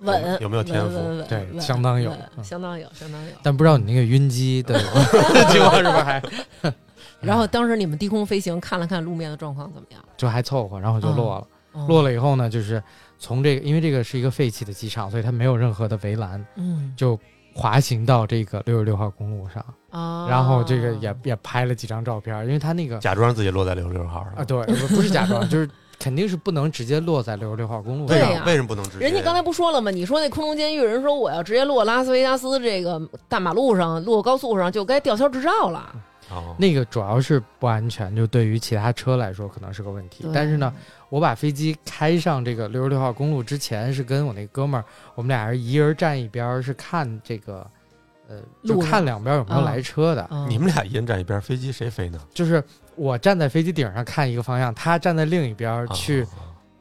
Speaker 2: 稳
Speaker 1: 有没有天赋
Speaker 2: 稳稳稳
Speaker 3: 对
Speaker 2: 稳
Speaker 3: 相当有
Speaker 2: 稳
Speaker 3: 嗯
Speaker 2: 相当有，相当有。
Speaker 3: 但不知道你那个晕机
Speaker 1: [laughs]
Speaker 3: 的情况是不是还
Speaker 2: 然后当时你们低空飞行看了看路面的状况怎么样？
Speaker 3: 就还凑合，然后我就落了。
Speaker 2: 哦
Speaker 3: 落了以后呢，就是从这个，因为这个是一个废弃的机场，所以它没有任何的围栏，
Speaker 2: 嗯
Speaker 3: 就滑行到这个六十六号公路上，
Speaker 2: 啊，
Speaker 3: 然后这个也也拍了几张照片，因为它那个
Speaker 1: 假装自己落在六十六号上
Speaker 3: 啊，对，不不是假装，就是肯定是不能直接落在六十六号公路
Speaker 1: 为
Speaker 3: 上。
Speaker 1: 什
Speaker 2: 对
Speaker 1: 么
Speaker 2: 呀
Speaker 1: 为什么不能直接？
Speaker 2: 人家刚才不说了吗？你说那空中监狱，人说我要直接落拉斯维加斯这个大马路上、落高速上，就该吊销执照了。
Speaker 1: 哦
Speaker 3: 那个主要是不安全，就对于其他车来说可能是个问题
Speaker 2: 对。啊
Speaker 3: 但是呢，，我把飞机开上这个六十六号公路之前，是跟我那哥们儿，我们俩人一人站一边儿，是看这个，呃，就
Speaker 2: 路
Speaker 3: 看两边有没有来车的。
Speaker 2: 嗯
Speaker 1: 你们俩一人站一边，飞机谁飞呢？
Speaker 3: 就是我站在飞机顶上看一个方向，他站在另一边
Speaker 1: 啊
Speaker 2: 啊
Speaker 3: 儿呃去，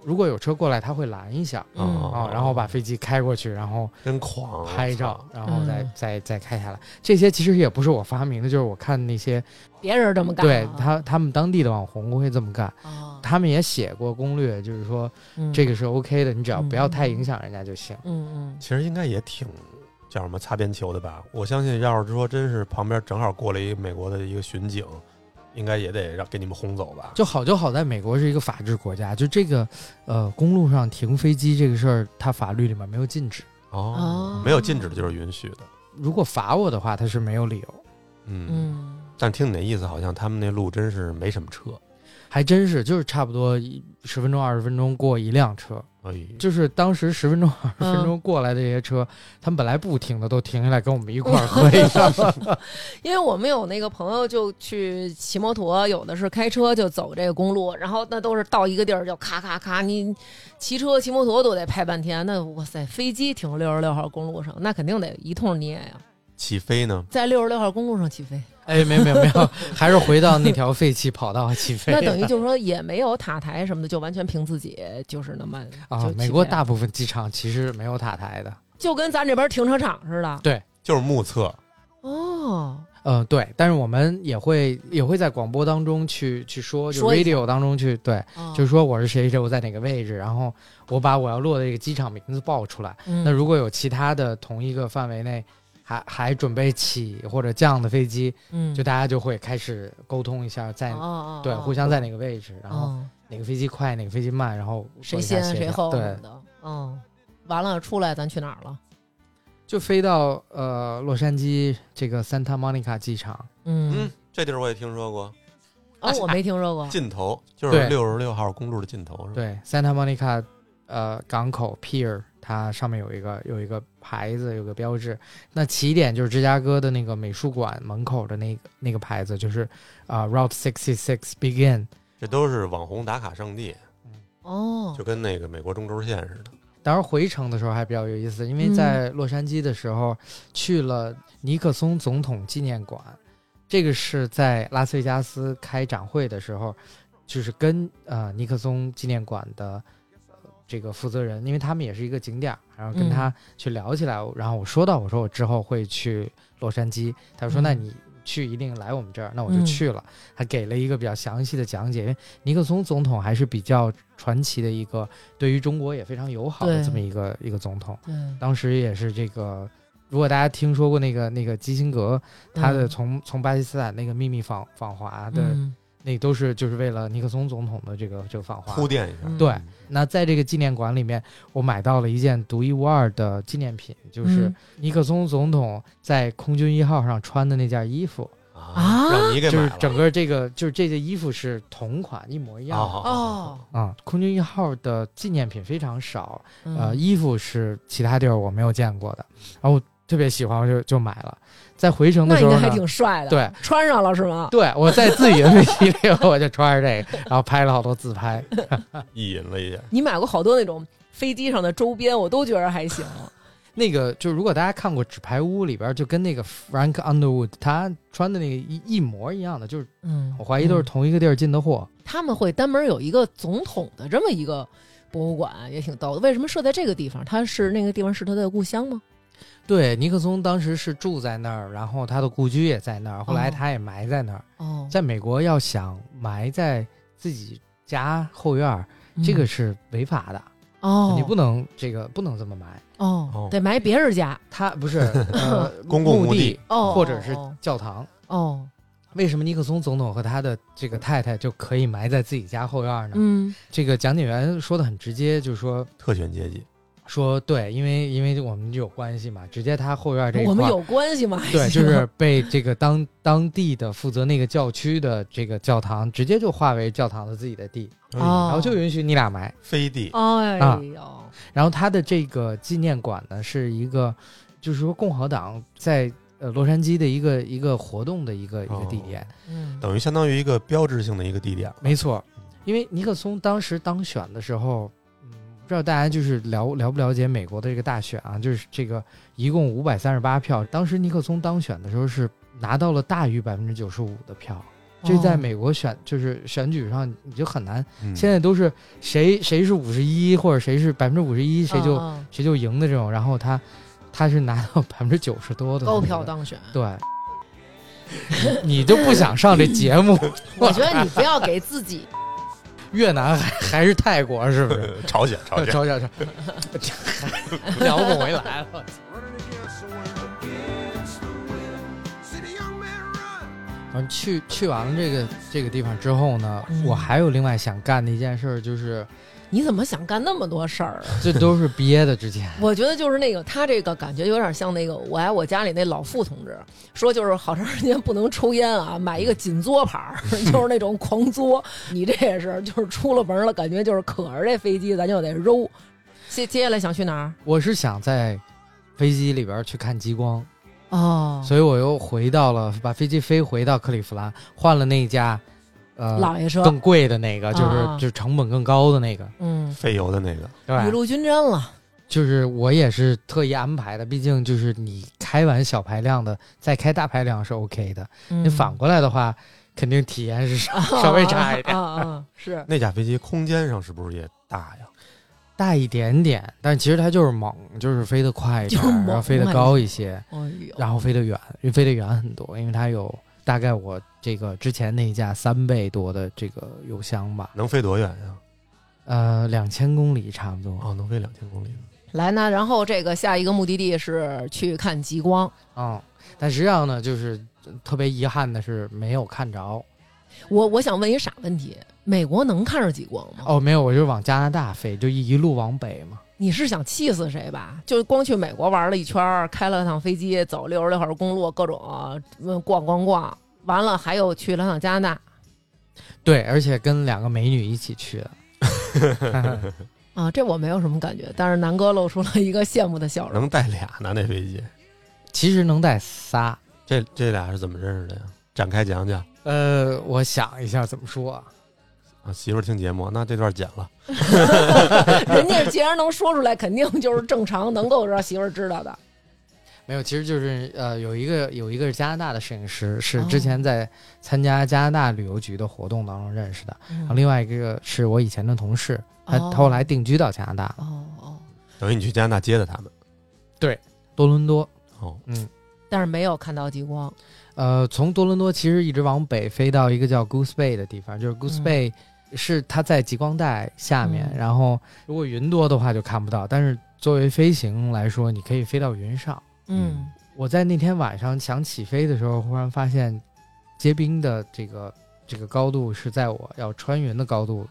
Speaker 3: 如果有车过来，他会拦一下
Speaker 2: 嗯
Speaker 3: 啊，然后把飞机开过去，然后
Speaker 1: 真狂，啊
Speaker 3: 拍照，然后再
Speaker 2: 嗯
Speaker 3: 再再开下来。这些其实也不是我发明的，就是我看那些
Speaker 2: 别人这么干，
Speaker 3: 对他他们当地的网红会这么干。
Speaker 2: 啊，
Speaker 3: 他们也写过攻略，就是说
Speaker 2: 嗯
Speaker 3: 这个是 OK 的，你只要不要太影响人家就行。
Speaker 2: 嗯嗯
Speaker 1: 其实应该也挺叫什么擦边球的吧？我相信，要是说真是旁边正好过了一美国的一个巡警，应该也得让给你们轰走吧？
Speaker 3: 就好就好在美国是一个法治国家，就这个呃公路上停飞机这个事儿，它法律里面没有禁止。
Speaker 2: 哦
Speaker 1: 没有禁止的就是允许的。
Speaker 3: 如果罚我的话，它是没有理由。
Speaker 1: 嗯，
Speaker 3: [laughs]
Speaker 2: 嗯，
Speaker 1: 但听你那意思，好像他们那路真是没什么车。
Speaker 3: 还真是，就是差不多十分钟、二十分钟过一辆车。
Speaker 1: 哎，
Speaker 3: 就是当时十分钟、二十
Speaker 2: 嗯
Speaker 3: 分钟过来的这些车，他们本来不停的都停下来跟我们一块儿合影。
Speaker 2: [laughs] 因为我们有那个朋友就去骑摩托，有的是开车就走这个公路，然后那都是到一个地儿就咔咔咔，你骑车骑摩托都得拍半天。那哇塞，飞机停六十六号公路上，那肯定得一通捏呀，
Speaker 1: 起飞呢？
Speaker 2: 在六十六号公路上起飞，
Speaker 3: 哎，没有没有没有，还是回到那条废弃跑道起飞。
Speaker 2: [laughs] 那等于就是说也没有塔台什么的，就完全凭自己，就是那么就
Speaker 3: 啊
Speaker 2: 起，飞
Speaker 3: 美国大部分机场其实没有塔台的。
Speaker 2: 就跟咱这边停车场似的。
Speaker 1: 就是目测，
Speaker 2: 哦，
Speaker 3: 嗯，对，但是我们也会也会在广播当中去去说，就
Speaker 2: 说一下
Speaker 3: radio 当中去对，
Speaker 2: 哦
Speaker 3: 就是说我是谁谁，我在哪个位置，然后我把我要落的这个机场名字报出来。
Speaker 2: 嗯
Speaker 3: 那如果有其他的同一个范围内还还准备起或者降的飞机，
Speaker 2: 嗯，
Speaker 3: 就大家就会开始沟通一下在，
Speaker 2: 哦哦，
Speaker 3: 对
Speaker 2: 哦
Speaker 3: 互相在哪个位置，然后
Speaker 2: 哦
Speaker 3: 哪个飞机快，哪个飞机慢，然后
Speaker 2: 谁
Speaker 3: 做一下
Speaker 2: 先
Speaker 3: 协
Speaker 2: 谁
Speaker 3: 调
Speaker 2: 后什
Speaker 3: 对
Speaker 2: 么，的。嗯，完了出来咱去哪儿了？
Speaker 3: 就飞到呃洛杉矶这个 Santa Monica 机场。
Speaker 1: 嗯，，这地儿我也听说过，
Speaker 2: 啊，我没听说过。
Speaker 1: 尽头 [laughs] 就是
Speaker 3: 哦对
Speaker 1: 六十六号公路的尽头，是吧？
Speaker 3: 对，Santa Monica，呃，港口 Pier，它上面有一个有一个牌子，有个标志。那起点就是芝加哥的那个美术馆门口的那个那个牌子，就是啊、Route Sixty Six Begin。
Speaker 1: 这都是网红打卡圣地，
Speaker 2: 哦
Speaker 1: 就，跟那个美国中轴线似的。
Speaker 3: 当时回程的时候还比较有意思，因为
Speaker 2: 嗯
Speaker 3: 在洛杉矶的时候、去了尼克松总统纪念馆，这个是在拉斯维加斯开展会的时候，就是跟呃尼克松纪念馆的、呃这个负责人，因为他们也是一个景点儿，然后
Speaker 2: 嗯
Speaker 3: 跟他去聊起来，然后我说到我说我之后会去洛杉矶，他说、
Speaker 2: 嗯
Speaker 3: 那你。去一定来我们这儿，那我就
Speaker 2: 嗯
Speaker 3: 去了。他给了一个比较详细的讲解，因为尼克松总统还是比较传奇的一个对于中国也非常友好的
Speaker 2: 对
Speaker 3: 这么一个一个总统。
Speaker 2: 对，
Speaker 3: 当时也是这个，如果大家听说过那个那个基辛格，他的从、从巴基斯坦那个秘密访访华的，
Speaker 2: 嗯
Speaker 3: 那都是就是为了尼克松总统的这个这个访华
Speaker 1: 铺。垫一下。
Speaker 2: 嗯
Speaker 3: 对，那在这个纪念馆里面，我买到了一件独一无二的纪念品，就是
Speaker 2: 嗯
Speaker 3: 尼克松总统在空军一号上穿的那件衣服，
Speaker 1: 啊，
Speaker 2: 啊
Speaker 1: 让你给
Speaker 3: 就
Speaker 1: 买
Speaker 3: 是
Speaker 1: 了。
Speaker 3: 整个这个就是这件衣服是同款一模一样的。
Speaker 1: 哦
Speaker 2: 哦，
Speaker 3: 啊、空军一号的纪念品非常少，
Speaker 2: 嗯
Speaker 3: 呃，衣服是其他地儿我没有见过的，然后我特别喜欢，我就就买了。在回程的
Speaker 2: 那
Speaker 3: 时
Speaker 2: 应
Speaker 3: 候
Speaker 2: 该
Speaker 3: 呢
Speaker 2: 还，挺帅的。，
Speaker 3: 对
Speaker 2: 穿上了是吗？
Speaker 3: 对，我在自己的飞机里我就穿着这个，然后拍了好多
Speaker 2: [laughs]
Speaker 3: 自拍。
Speaker 1: 意淫了一下。
Speaker 2: 你买过好多那种飞机上的周边，我都觉得还行。
Speaker 3: 那个就如果大家看过《纸牌屋》里边，就跟那个 Frank Underwood 他穿的那个一一模一样的，就是
Speaker 2: 嗯，
Speaker 3: 我怀疑都是
Speaker 2: 嗯
Speaker 3: 同一个地儿进的货。
Speaker 2: 他们会单门有一个总统的这么一个博物馆，也挺逗的。为什么设在这个地方？他是那个地方是他的故乡吗？
Speaker 3: 对，尼克松当时是住在那儿，然后他的故居也在那儿，后来
Speaker 2: 哦
Speaker 3: 他也埋在那儿。
Speaker 2: 哦，
Speaker 3: 在美国要想埋在自己家后院儿，这个是违法的，
Speaker 2: 嗯哦，
Speaker 3: 你不能这个不能这么埋。
Speaker 2: 哦
Speaker 1: 哦，
Speaker 2: 得埋别人家
Speaker 3: 他
Speaker 2: [laughs]
Speaker 3: 不是、呃、
Speaker 1: 公共
Speaker 3: 墓
Speaker 1: 墓
Speaker 3: 地
Speaker 1: 地
Speaker 2: 哦，
Speaker 3: 或者是
Speaker 2: 哦
Speaker 3: 教堂。
Speaker 2: 哦，
Speaker 3: 为什么尼克松总统和他的这个太太就可以埋在自己家后院呢？
Speaker 2: 嗯
Speaker 3: 这个讲解员说的很直接，就是说
Speaker 1: 特权阶级，
Speaker 3: 说对，因为因为我们有关系嘛，直接他后院这一块
Speaker 2: 我们
Speaker 3: 儿
Speaker 2: 有关系吗？ [laughs]
Speaker 3: 对，就是被这个当当地的负责那个教区的这个教堂直接就划为教堂的自己的地，
Speaker 2: 哦
Speaker 3: 然后就允许你俩埋。
Speaker 1: 飞地，
Speaker 2: 哎
Speaker 3: 啊
Speaker 2: 呦，
Speaker 3: 然后他的这个纪念馆呢，是一个就是说共和党在呃洛杉矶的一个一个活动的一个一个地点，
Speaker 2: 嗯
Speaker 1: 等于相当于一个标志性的一个哦地点。嗯
Speaker 3: 没错。因为尼克松当时当选的时候，嗯，不知道大家就是了了不了解美国的这个大选啊，就是这个一共五百三十八票，当时尼克松当选的时候是拿到了大于百分之九十五的票。这
Speaker 2: 哦
Speaker 3: 在美国选就是选举上你就很难，
Speaker 1: 嗯
Speaker 3: 现在都是谁谁是五十一或者谁是百分之五十一，
Speaker 2: 哦
Speaker 3: 谁就
Speaker 2: 哦
Speaker 3: 谁就赢的这种，然后他他是拿到百分之九十多的
Speaker 2: 高票，当选。
Speaker 3: 对，你你就不想上这节目？
Speaker 2: 我觉得你不要给自己，
Speaker 3: 越南还还是泰国是不是？
Speaker 1: 呃朝鲜，朝
Speaker 3: [laughs]
Speaker 1: 鲜，
Speaker 3: 朝鲜，朝聊不回来了。
Speaker 4: Running against the wind, against the wind. See the young man run.
Speaker 3: 反正去去完了这个这个地方之后呢，
Speaker 2: 嗯
Speaker 3: 我还有另外想干的一件事儿，就是
Speaker 2: 你怎么想干那么多事儿啊？
Speaker 3: 这都是憋的之前
Speaker 2: 我觉得就是那个他这个感觉有点像那个我爱我家里那老傅同志说，就是好长时间不能抽烟啊，买一个紧嘬牌儿，就是那种狂嘬。你这也是，就是出了门了，感觉就是可着这飞机，咱就得揉。接接下来想去哪儿？
Speaker 3: 我是想在飞机里边去看极光，
Speaker 2: 哦，
Speaker 3: 所以我又回到了把飞机飞回到克利夫兰，换了那家呃
Speaker 2: 老爷车，
Speaker 3: 更贵的那个，就是
Speaker 2: 啊
Speaker 3: 就是成本更高的那个，
Speaker 2: 嗯，
Speaker 1: 费油的那个，
Speaker 3: 对
Speaker 2: 雨
Speaker 3: 吧？
Speaker 2: 露均沾了。
Speaker 3: 就是我也是特意安排的，毕竟就是你开完小排量的再开大排量是 OK 的，
Speaker 2: 嗯
Speaker 3: 你反过来的话，肯定体验是少
Speaker 2: [laughs]
Speaker 3: 稍微差一点，
Speaker 2: 啊啊啊啊是
Speaker 1: 那架飞机空间上是不是也大呀？
Speaker 3: 大一点点，但其实它就是猛，就是飞得快一点，
Speaker 2: 就是猛
Speaker 3: 然后飞得高一些，
Speaker 2: 哎呦，
Speaker 3: 然后飞得远，因为飞得远很多，因为它有大概我这个之前那一架三倍多的这个油箱吧，
Speaker 1: 能飞多远呀？
Speaker 3: 呃，两千公里差不多。
Speaker 1: 哦，能飞两千公里。
Speaker 2: 来呢，然后这个下一个目的地是去看极光。
Speaker 3: 嗯，但实际上呢，就是呃特别遗憾的是没有看着。
Speaker 2: 我我想问一傻问题：美国能看着极光吗？
Speaker 3: 哦，没有，我就是往加拿大飞，就一路往北嘛。
Speaker 2: 你是想气死谁吧？就是光去美国玩了一圈儿，开了趟飞机，走六十六号公路，各种嗯逛逛逛，完了还有去了趟加拿大
Speaker 3: 对，而且跟两个美女一起去的。 [laughs]
Speaker 2: 啊，这我没有什么感觉，但是南哥露出了一个羡慕的笑容。
Speaker 1: 能带俩呢？那飞机，
Speaker 3: 其实能带仨。
Speaker 1: 这这俩是怎么认识的呀？展开讲讲
Speaker 3: 呃，我想一下怎么说啊。
Speaker 1: 啊！媳妇儿听节目，那这段剪了。
Speaker 2: 人家既然能说出来，肯定就是正常，能够让媳妇儿知道的。 [laughs]
Speaker 3: 没有，其实就是呃，有一个有一个是加拿大的摄影师，是
Speaker 2: 哦
Speaker 3: 之前在参加加拿大旅游局的活动当中认识的。然后另外一个是我以前的同事，他
Speaker 2: 嗯哦
Speaker 3: 他后来定居到加拿大了，
Speaker 2: 哦哦，
Speaker 1: 等于你去加拿大接的他们。
Speaker 3: 多伦多。
Speaker 1: 哦，
Speaker 2: 但是没有看到极光。
Speaker 3: 呃，从多伦多其实一直往北飞到一个叫 Goose Bay 的地方，就是 Goose
Speaker 2: 嗯
Speaker 3: Bay 是它在极光带下面，
Speaker 2: 嗯
Speaker 3: 然后如果云多的话就看不到，但是作为飞行来说，你可以飞到云上。
Speaker 1: 嗯
Speaker 3: 我在那天晚上想起飞的时候，忽然发现结冰的这个这个高度是在我要穿云的高度，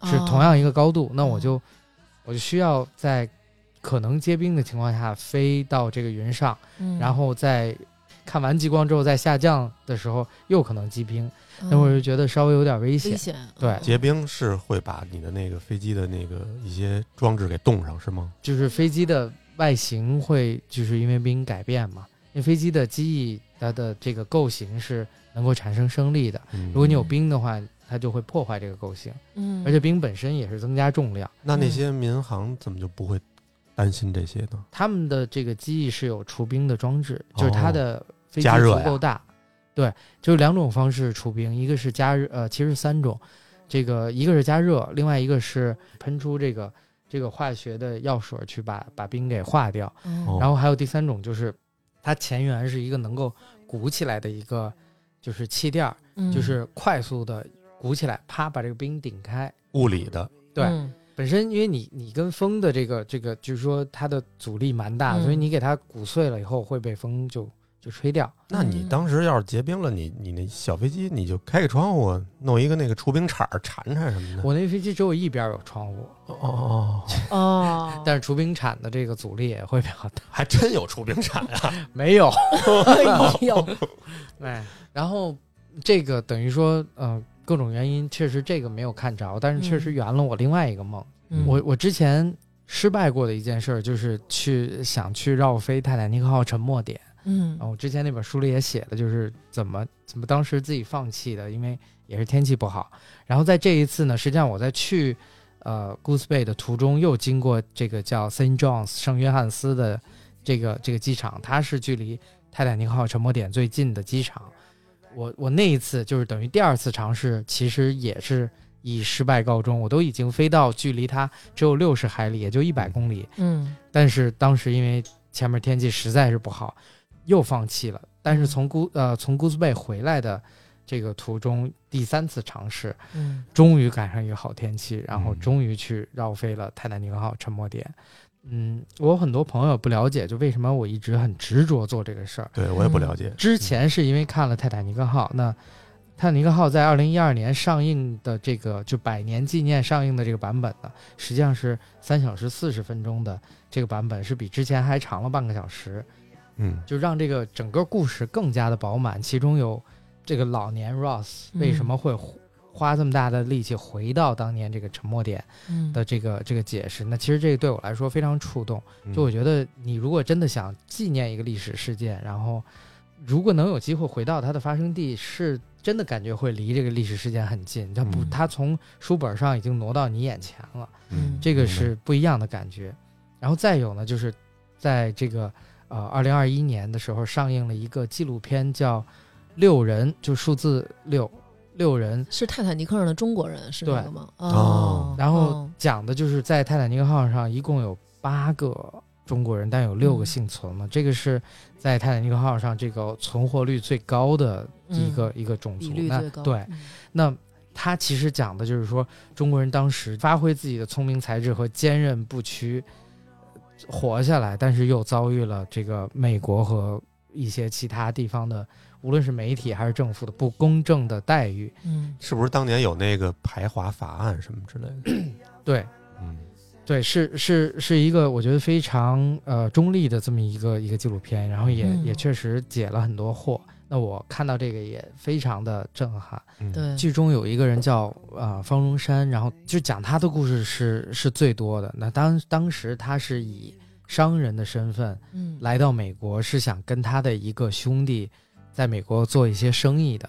Speaker 2: 嗯
Speaker 3: 是同
Speaker 2: 哦
Speaker 3: 样一个高度，那我就我就需要在可能结冰的情况下飞到这个云上。
Speaker 2: 嗯，
Speaker 3: 然后在看完极光之后再下降的时候又可能击冰，
Speaker 2: 嗯
Speaker 3: 那我就觉得稍微有点危险
Speaker 2: 危。险，嗯
Speaker 3: 对
Speaker 1: 结冰是会把你的那个飞机的那个一些装置给冻上是吗？
Speaker 3: 就是飞机的外形会就是因为冰改变嘛，因为飞机的机翼它的这个构型是能够产生升力的，
Speaker 1: 嗯
Speaker 3: 如果你有冰的话，它就会破坏这个构型，
Speaker 2: 嗯，
Speaker 3: 而且冰本身也是增加重量。
Speaker 1: 那那些民航怎么就不会带安心这些呢？
Speaker 3: 他们的这个机翼是有除冰的装置，就是它的飞机
Speaker 1: 哦加热
Speaker 3: 足
Speaker 1: 呀
Speaker 3: 够大。对，就是两种方式除冰，一个是加热，呃，其实三种，这个一个是加热，另外一个是喷出这个这个化学的药水去把把冰给化掉，
Speaker 1: 哦
Speaker 3: 然后还有第三种就是它前缘是一个能够鼓起来的一个就是气垫儿，
Speaker 2: 嗯
Speaker 3: 就是快速的鼓起来，啪把这个冰顶开，
Speaker 1: 物理的，
Speaker 3: 对
Speaker 2: 嗯
Speaker 3: 本身因为你你跟风的这个这个，就是说它的阻力蛮大，
Speaker 2: 嗯
Speaker 3: 所以你给它鼓碎了以后会被风就就吹掉。
Speaker 1: 那
Speaker 3: 嗯
Speaker 1: 你当时要是结冰了，你你那小飞机你就开个窗户，弄一个那个除冰铲儿铲铲什
Speaker 2: 嗯
Speaker 1: 么的。
Speaker 3: 我那飞机只有一边有窗户，
Speaker 1: 哦哦，哦
Speaker 2: 哦，
Speaker 3: 但是除冰铲的这个阻力也会比较大。
Speaker 1: 还真有除冰铲啊！
Speaker 3: 没有，
Speaker 2: [laughs] [laughs] 哎
Speaker 3: [laughs]
Speaker 2: 呦，
Speaker 3: 哎，然后这个等于说，呃，各种原因确实这个没有看着，但是确实圆了我另外一个梦。
Speaker 2: 嗯
Speaker 3: [laughs] 我我之前失败过的一件事儿就是去想去绕飞泰坦尼克号沉没点。
Speaker 2: 嗯
Speaker 3: 啊，我之前那本书里也写的，就是怎么怎么当时自己放弃的，因为也是天气不好。然后在这一次呢，实际上我在去呃 Goose Bay 的途中，又经过这个叫 St. John's 圣约翰斯的这个这个机场，它是距离泰坦尼克号沉没点最近的机场。我我那一次就是等于第二次尝试，其实也是以失败告终。我都已经飞到距离它只有六十海里，也就一百公里，
Speaker 2: 嗯
Speaker 3: 但是当时因为前面天气实在是不好，又放弃了。但是从姑呃从姑苏贝回来的这个途中，第三次尝试，
Speaker 2: 嗯
Speaker 3: 终于赶上一个好天气，然后
Speaker 1: 嗯
Speaker 3: 终于去绕飞了泰坦尼克号沉没点。嗯，我有很多朋友不了解，就为什么我一直很执着做这个事儿。
Speaker 1: 对我也不了解。
Speaker 3: 之前是因为看了《泰坦尼克号》，那《泰坦尼克号》在二零一二年上映的这个就百年纪念上映的这个版本呢，实际上是三小时四十分钟的这个版本，是比之前还长了半个小时，
Speaker 1: 嗯，
Speaker 3: 就让这个整个故事更加的饱满。其中有这个老年 Ross
Speaker 2: 嗯
Speaker 3: 为什么会花这么大的力气回到当年这个沉没点
Speaker 2: 嗯
Speaker 3: 的这个这个解释，那其实这个对我来说非常触动。
Speaker 1: 嗯
Speaker 3: 就我嗯觉得，你如果真的想纪念一个历史事件，然后如果能有机会回到它的发生地，是真的感觉会离这个历史事件很近。它不，
Speaker 1: 嗯
Speaker 3: 它从书本上已经挪到你眼前了，
Speaker 1: 嗯
Speaker 3: 这个
Speaker 1: 明白
Speaker 3: 是不一样的感觉。然后再有呢，就是在这个呃二零二一年的时候上映了一个纪录片，叫《六人》，就数字六六人。
Speaker 2: 是泰坦尼克上的中国人是那个吗？
Speaker 1: 哦
Speaker 3: 然后
Speaker 2: 嗯
Speaker 3: 讲的就是在泰坦尼克号上一共有八个中国人，但有
Speaker 2: 嗯
Speaker 3: 六个幸存了。这个是在泰坦尼克号上这个存活率最高的一个、一个种
Speaker 2: 嗯比
Speaker 3: 族。
Speaker 2: 率
Speaker 3: 那
Speaker 2: 最高，
Speaker 3: 对，
Speaker 2: 嗯
Speaker 3: 那他其实讲的就是说，中国人当时发挥自己的聪明才智和坚韧不屈，呃活下来，但是又遭遇了这个美国和一些其他地方的，无论是媒体还是政府的不公正的待遇。
Speaker 2: 嗯
Speaker 1: 是不是当年有那个排华法案什么之类的？
Speaker 3: 对，
Speaker 1: 嗯，
Speaker 3: 对，是是是一个我觉得非常呃中立的这么一个一个纪录片，然后也、
Speaker 2: 嗯
Speaker 3: 也确实解了很多惑。那我看到这个也非常的震撼。
Speaker 1: 嗯，
Speaker 2: 对，
Speaker 3: 剧中有一个人叫呃方荣山，然后就讲他的故事是是最多的。那当当时他是以商人的身份
Speaker 2: 嗯
Speaker 3: 来到美国，是想跟他的一个兄弟在美国做一些生意的，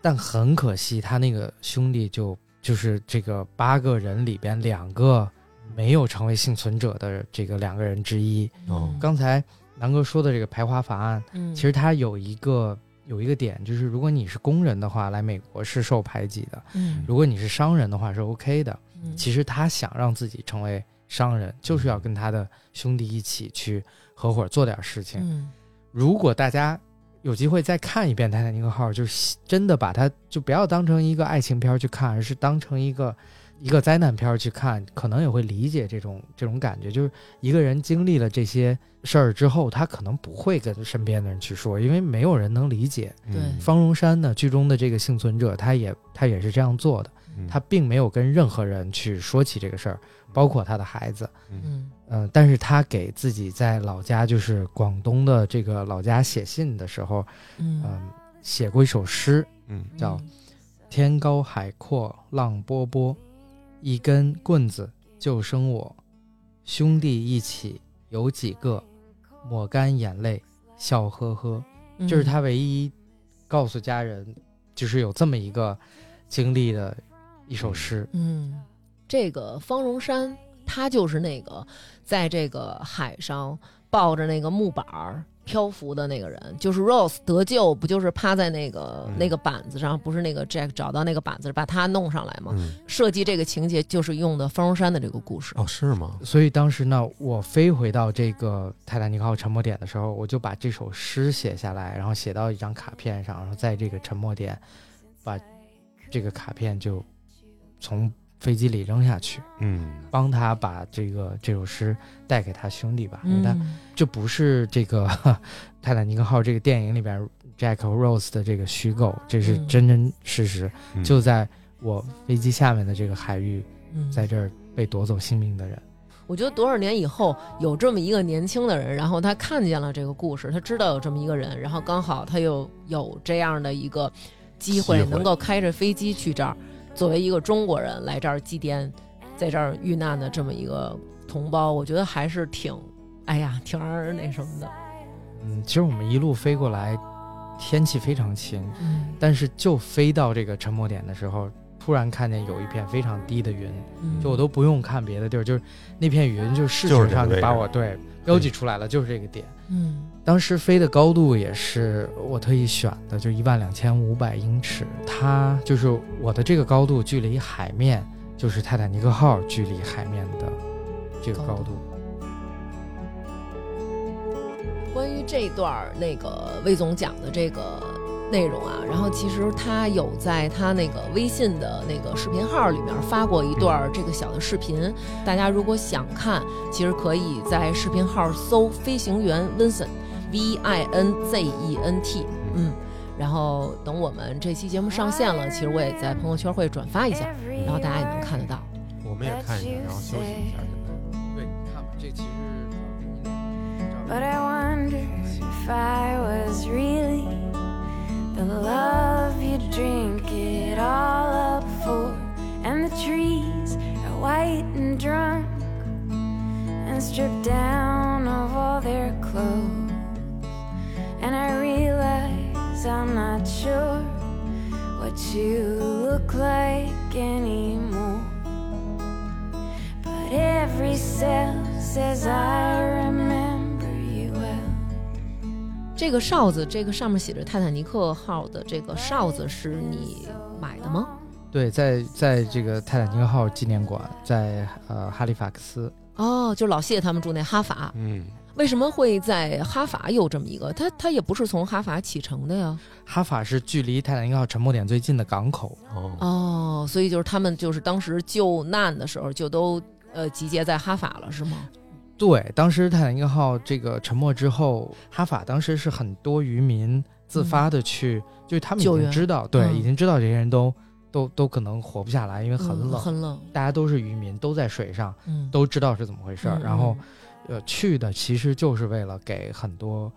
Speaker 3: 但很可惜，他那个兄弟就就是这个八个人里边两个没有成为幸存者的这个两个人之一。
Speaker 1: 哦
Speaker 3: 刚才南哥说的这个排华法案，
Speaker 2: 嗯
Speaker 3: 其实它有一个有一个点，就是如果你是工人的话，来美国是受排挤的；
Speaker 2: 嗯
Speaker 3: 如果你是商人的话是 OK 的。
Speaker 2: 嗯
Speaker 3: 其实他想让自己成为商人，就是要跟他的兄弟一起去合伙做点事情。
Speaker 2: 嗯
Speaker 3: 如果大家有机会再看一遍《泰坦尼克号》，就是真的把它就不要当成一个爱情片儿去看，而是当成一个一个灾难片儿去看，可能也会理解这种这种感觉。就是一个人经历了这些事儿之后，他可能不会跟身边的人去说，因为没有人能理解。
Speaker 2: 对
Speaker 1: 嗯
Speaker 3: 方荣山呢，剧中的这个幸存者，他也他也是这样做的，
Speaker 1: 嗯
Speaker 3: 他并没有跟任何人去说起这个事儿，包括他的孩子。
Speaker 2: 嗯
Speaker 3: 嗯，但是他给自己在老家，就是广东的这个老家写信的时候，
Speaker 2: 嗯
Speaker 3: 嗯，写过一首诗：
Speaker 1: 嗯
Speaker 3: 叫天高海阔浪波波，一根棍子救生我，兄弟一起有几个，抹干眼泪笑呵呵。
Speaker 2: 嗯
Speaker 3: 这是他唯一告诉家人，就是有这么一个经历的一首诗。
Speaker 2: 嗯，这个方荣山。他就是那个在这个海上抱着那个木板儿漂浮的那个人，就是 Rose 得救，不就是趴在那个、
Speaker 1: 嗯
Speaker 2: 那个板子上，不是那个 Jack 找到那个板子把他弄上来吗？
Speaker 1: 嗯，
Speaker 2: 设计这个情节就是用的方中山的这个故事。
Speaker 1: 哦，是吗？
Speaker 3: 所以当时呢，我飞回到这个泰坦尼克号沉没点的时候，我就把这首诗写下来，然后写到一张卡片上，然后在这个沉没点，把这个卡片就从飞机里扔下去，
Speaker 1: 嗯，
Speaker 3: 帮他把这个这首诗带给他兄弟吧。因为他
Speaker 2: 嗯，
Speaker 3: 这不是这个泰坦尼克号这个电影里边 Jack 和 Rose 的这个虚构，这是
Speaker 2: 嗯
Speaker 3: 真真实实，
Speaker 1: 嗯
Speaker 3: 就在我飞机下面的这个海域，
Speaker 2: 嗯
Speaker 3: 在这儿被夺走性命的人。
Speaker 2: 我觉得多少年以后有这么一个年轻的人，然后他看见了这个故事，他知道有这么一个人，然后刚好他又有这样的一个机
Speaker 1: 机
Speaker 2: 会，
Speaker 1: 会
Speaker 2: 能够开着飞机去这儿，作为一个中国人来这儿祭奠，在这儿遇难的这么一个同胞，我觉得还是挺，哎呀，挺让人那什么的。
Speaker 3: 嗯，其实我们一路飞过来，天气非常晴，
Speaker 2: 嗯
Speaker 3: 但是就飞到这个沉没点的时候，突然看见有一片非常低的云，
Speaker 2: 嗯
Speaker 3: 就我都不用看别的地儿，就是那片云就视
Speaker 1: 就是
Speaker 3: 觉
Speaker 1: 这
Speaker 3: 上
Speaker 1: 个
Speaker 3: 就把
Speaker 1: 位置
Speaker 3: 我对标记出来了，就是这个点。
Speaker 2: 嗯
Speaker 3: 当时飞的高度也是我特意选的，就一万两千五百英尺。它就是我的这个高度，距离海面就是泰坦尼克号距离海面的这个
Speaker 2: 高
Speaker 3: 高
Speaker 2: 度
Speaker 3: 度。
Speaker 2: 关于这段儿那个魏总讲的这个内容啊，然后其实他有在他那个微信的那个视频号里面发过一段儿这个小的视频，大家如果想看，其实可以在视频号搜“飞行员 Vincent V I N Z E N T”，嗯，然后等我们这期节目上线了，其实我也在朋友圈会转发一下，然后大家也能看得到。
Speaker 1: 我们也看一下，然后休息一下。
Speaker 3: 对，看吧，这其实主要
Speaker 5: But I wonder if I was really the love you drink it all up for. And the trees are white and drunk and stripped down of all their clothes. And I realize I'm not sure what you look like anymore. But every cell says I remember you well.
Speaker 2: 这个哨子，这个上面写着“泰坦尼克号”的这个哨子是你买的吗？
Speaker 3: 对，在在这个泰坦尼克号纪念馆，在呃哈利法克斯，
Speaker 2: 哦，就是老谢他们住那哈法，
Speaker 1: 嗯，
Speaker 2: 为什么会在哈法有这么一个？他他也不是从哈法启程的呀。
Speaker 3: 哈法是距离泰坦尼克号沉没点最近的港口。
Speaker 1: 哦，
Speaker 2: 哦，所以就是他们就是当时救难的时候就都呃集结在哈法了，是吗？
Speaker 3: 对，当时泰坦尼克号这个沉没之后，哈法当时是很多渔民自发的去，就是他们
Speaker 2: 嗯
Speaker 3: 已
Speaker 2: 救
Speaker 3: 经
Speaker 2: 援
Speaker 3: 知道，对，
Speaker 2: 嗯
Speaker 3: 已经知道这些人都都都可能活不下来，因为很
Speaker 2: 嗯
Speaker 3: 冷，
Speaker 2: 很冷，
Speaker 3: 大家都是渔民，都在水上，
Speaker 2: 嗯，
Speaker 3: 都知道是怎么回事儿。
Speaker 2: 嗯
Speaker 3: 然后，呃，去的其实就是为了给很多，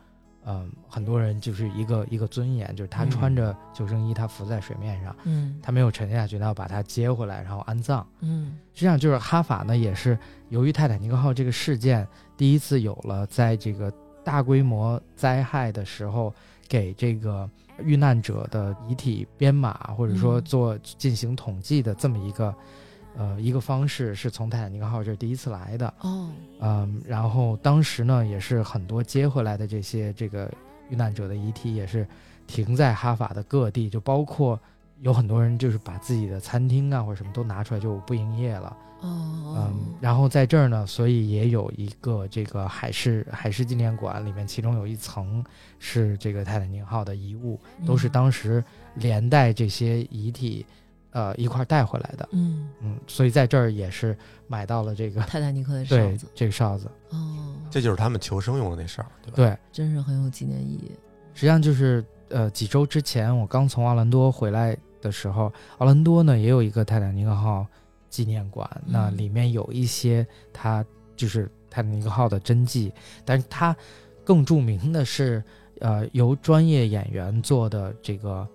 Speaker 3: 嗯、很多人就是一个一个尊严，就是他
Speaker 1: 嗯
Speaker 3: 穿着救生衣，他浮在水面上，
Speaker 2: 嗯
Speaker 3: 他没有沉下去，他要把他接回来，然后安葬。
Speaker 2: 嗯
Speaker 3: 实际上就是哈法呢，也是由于泰坦尼克号这个事件，第一次有了在这个大规模灾害的时候，给这个遇难者的遗体编码或者说
Speaker 2: 嗯
Speaker 3: 做进行统计的这么一个、呃一个方式，是从泰坦尼克号这儿第一次来的。
Speaker 2: 哦，
Speaker 3: 嗯，然后当时呢，也是很多接回来的这些这个遇难者的遗体，也是停在哈法的各地，就包括有很多人就是把自己的餐厅啊或者什么都拿出来，就我不营业了。
Speaker 2: 哦，
Speaker 3: 嗯，然后在这儿呢，所以也有一个这个海事海事纪念馆，里面其中有一层是这个泰坦尼克号的遗物，
Speaker 2: 嗯
Speaker 3: 都是当时连带这些遗体，呃，一块儿带回来的。
Speaker 2: 嗯，
Speaker 3: 嗯，所以在这儿也是买到了这个
Speaker 2: 泰坦尼克的哨
Speaker 3: 对
Speaker 2: 子，
Speaker 3: 这个哨子，
Speaker 2: 哦，
Speaker 1: 这就是他们求生用的那哨，对吧？
Speaker 3: 对。
Speaker 2: 真是很有纪念意义。
Speaker 3: 实际上就是呃几周之前，我刚从奥兰多回来的时候，奥兰多呢也有一个泰坦尼克号纪念馆，
Speaker 2: 嗯
Speaker 3: 那里面有一些它就是泰坦尼克号的真迹，但是它更著名的是呃由专业演员做的这个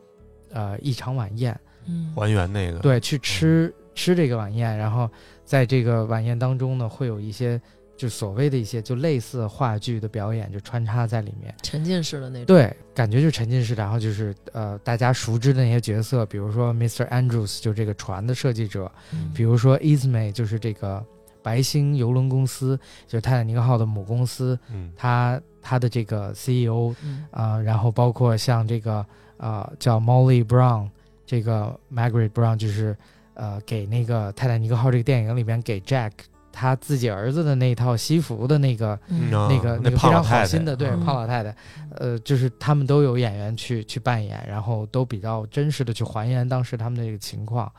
Speaker 3: 呃一场晚宴，
Speaker 2: 嗯，
Speaker 1: 还原那个，，
Speaker 3: 对，去吃、吃这个晚宴，然后在这个晚宴当中呢，会有一些。就所谓的一些就类似话剧的表演，就穿插在里面。
Speaker 2: 沉浸式的那种，
Speaker 3: 对，感觉就沉浸式，然后就是呃，大家熟知的那些角色，比如说 Mr. Andrews 就这个船的设计者，
Speaker 2: 嗯
Speaker 3: 比如说 Ismay 就是这个。白星邮轮公司，就是泰坦尼克号的母公司，
Speaker 1: 嗯
Speaker 3: 它它的这个 CEO
Speaker 2: 嗯
Speaker 3: 啊、然后包括像这个啊叫 Molly Brown，这个 Margaret Brown 就是呃给那个《泰坦尼克号》这个电影里面给 Jack 他自己儿子的那套西服的那个
Speaker 1: 嗯
Speaker 2: 嗯
Speaker 1: 啊
Speaker 3: 那个
Speaker 1: 那
Speaker 3: 个非
Speaker 1: 胖老
Speaker 3: 常
Speaker 1: 太啊
Speaker 3: 好
Speaker 1: 太
Speaker 3: 心的，对
Speaker 2: 嗯
Speaker 3: 胖老太太，呃，就是他们都有演员去去扮演，然后都比较真实的去还原当时他们的这个情况。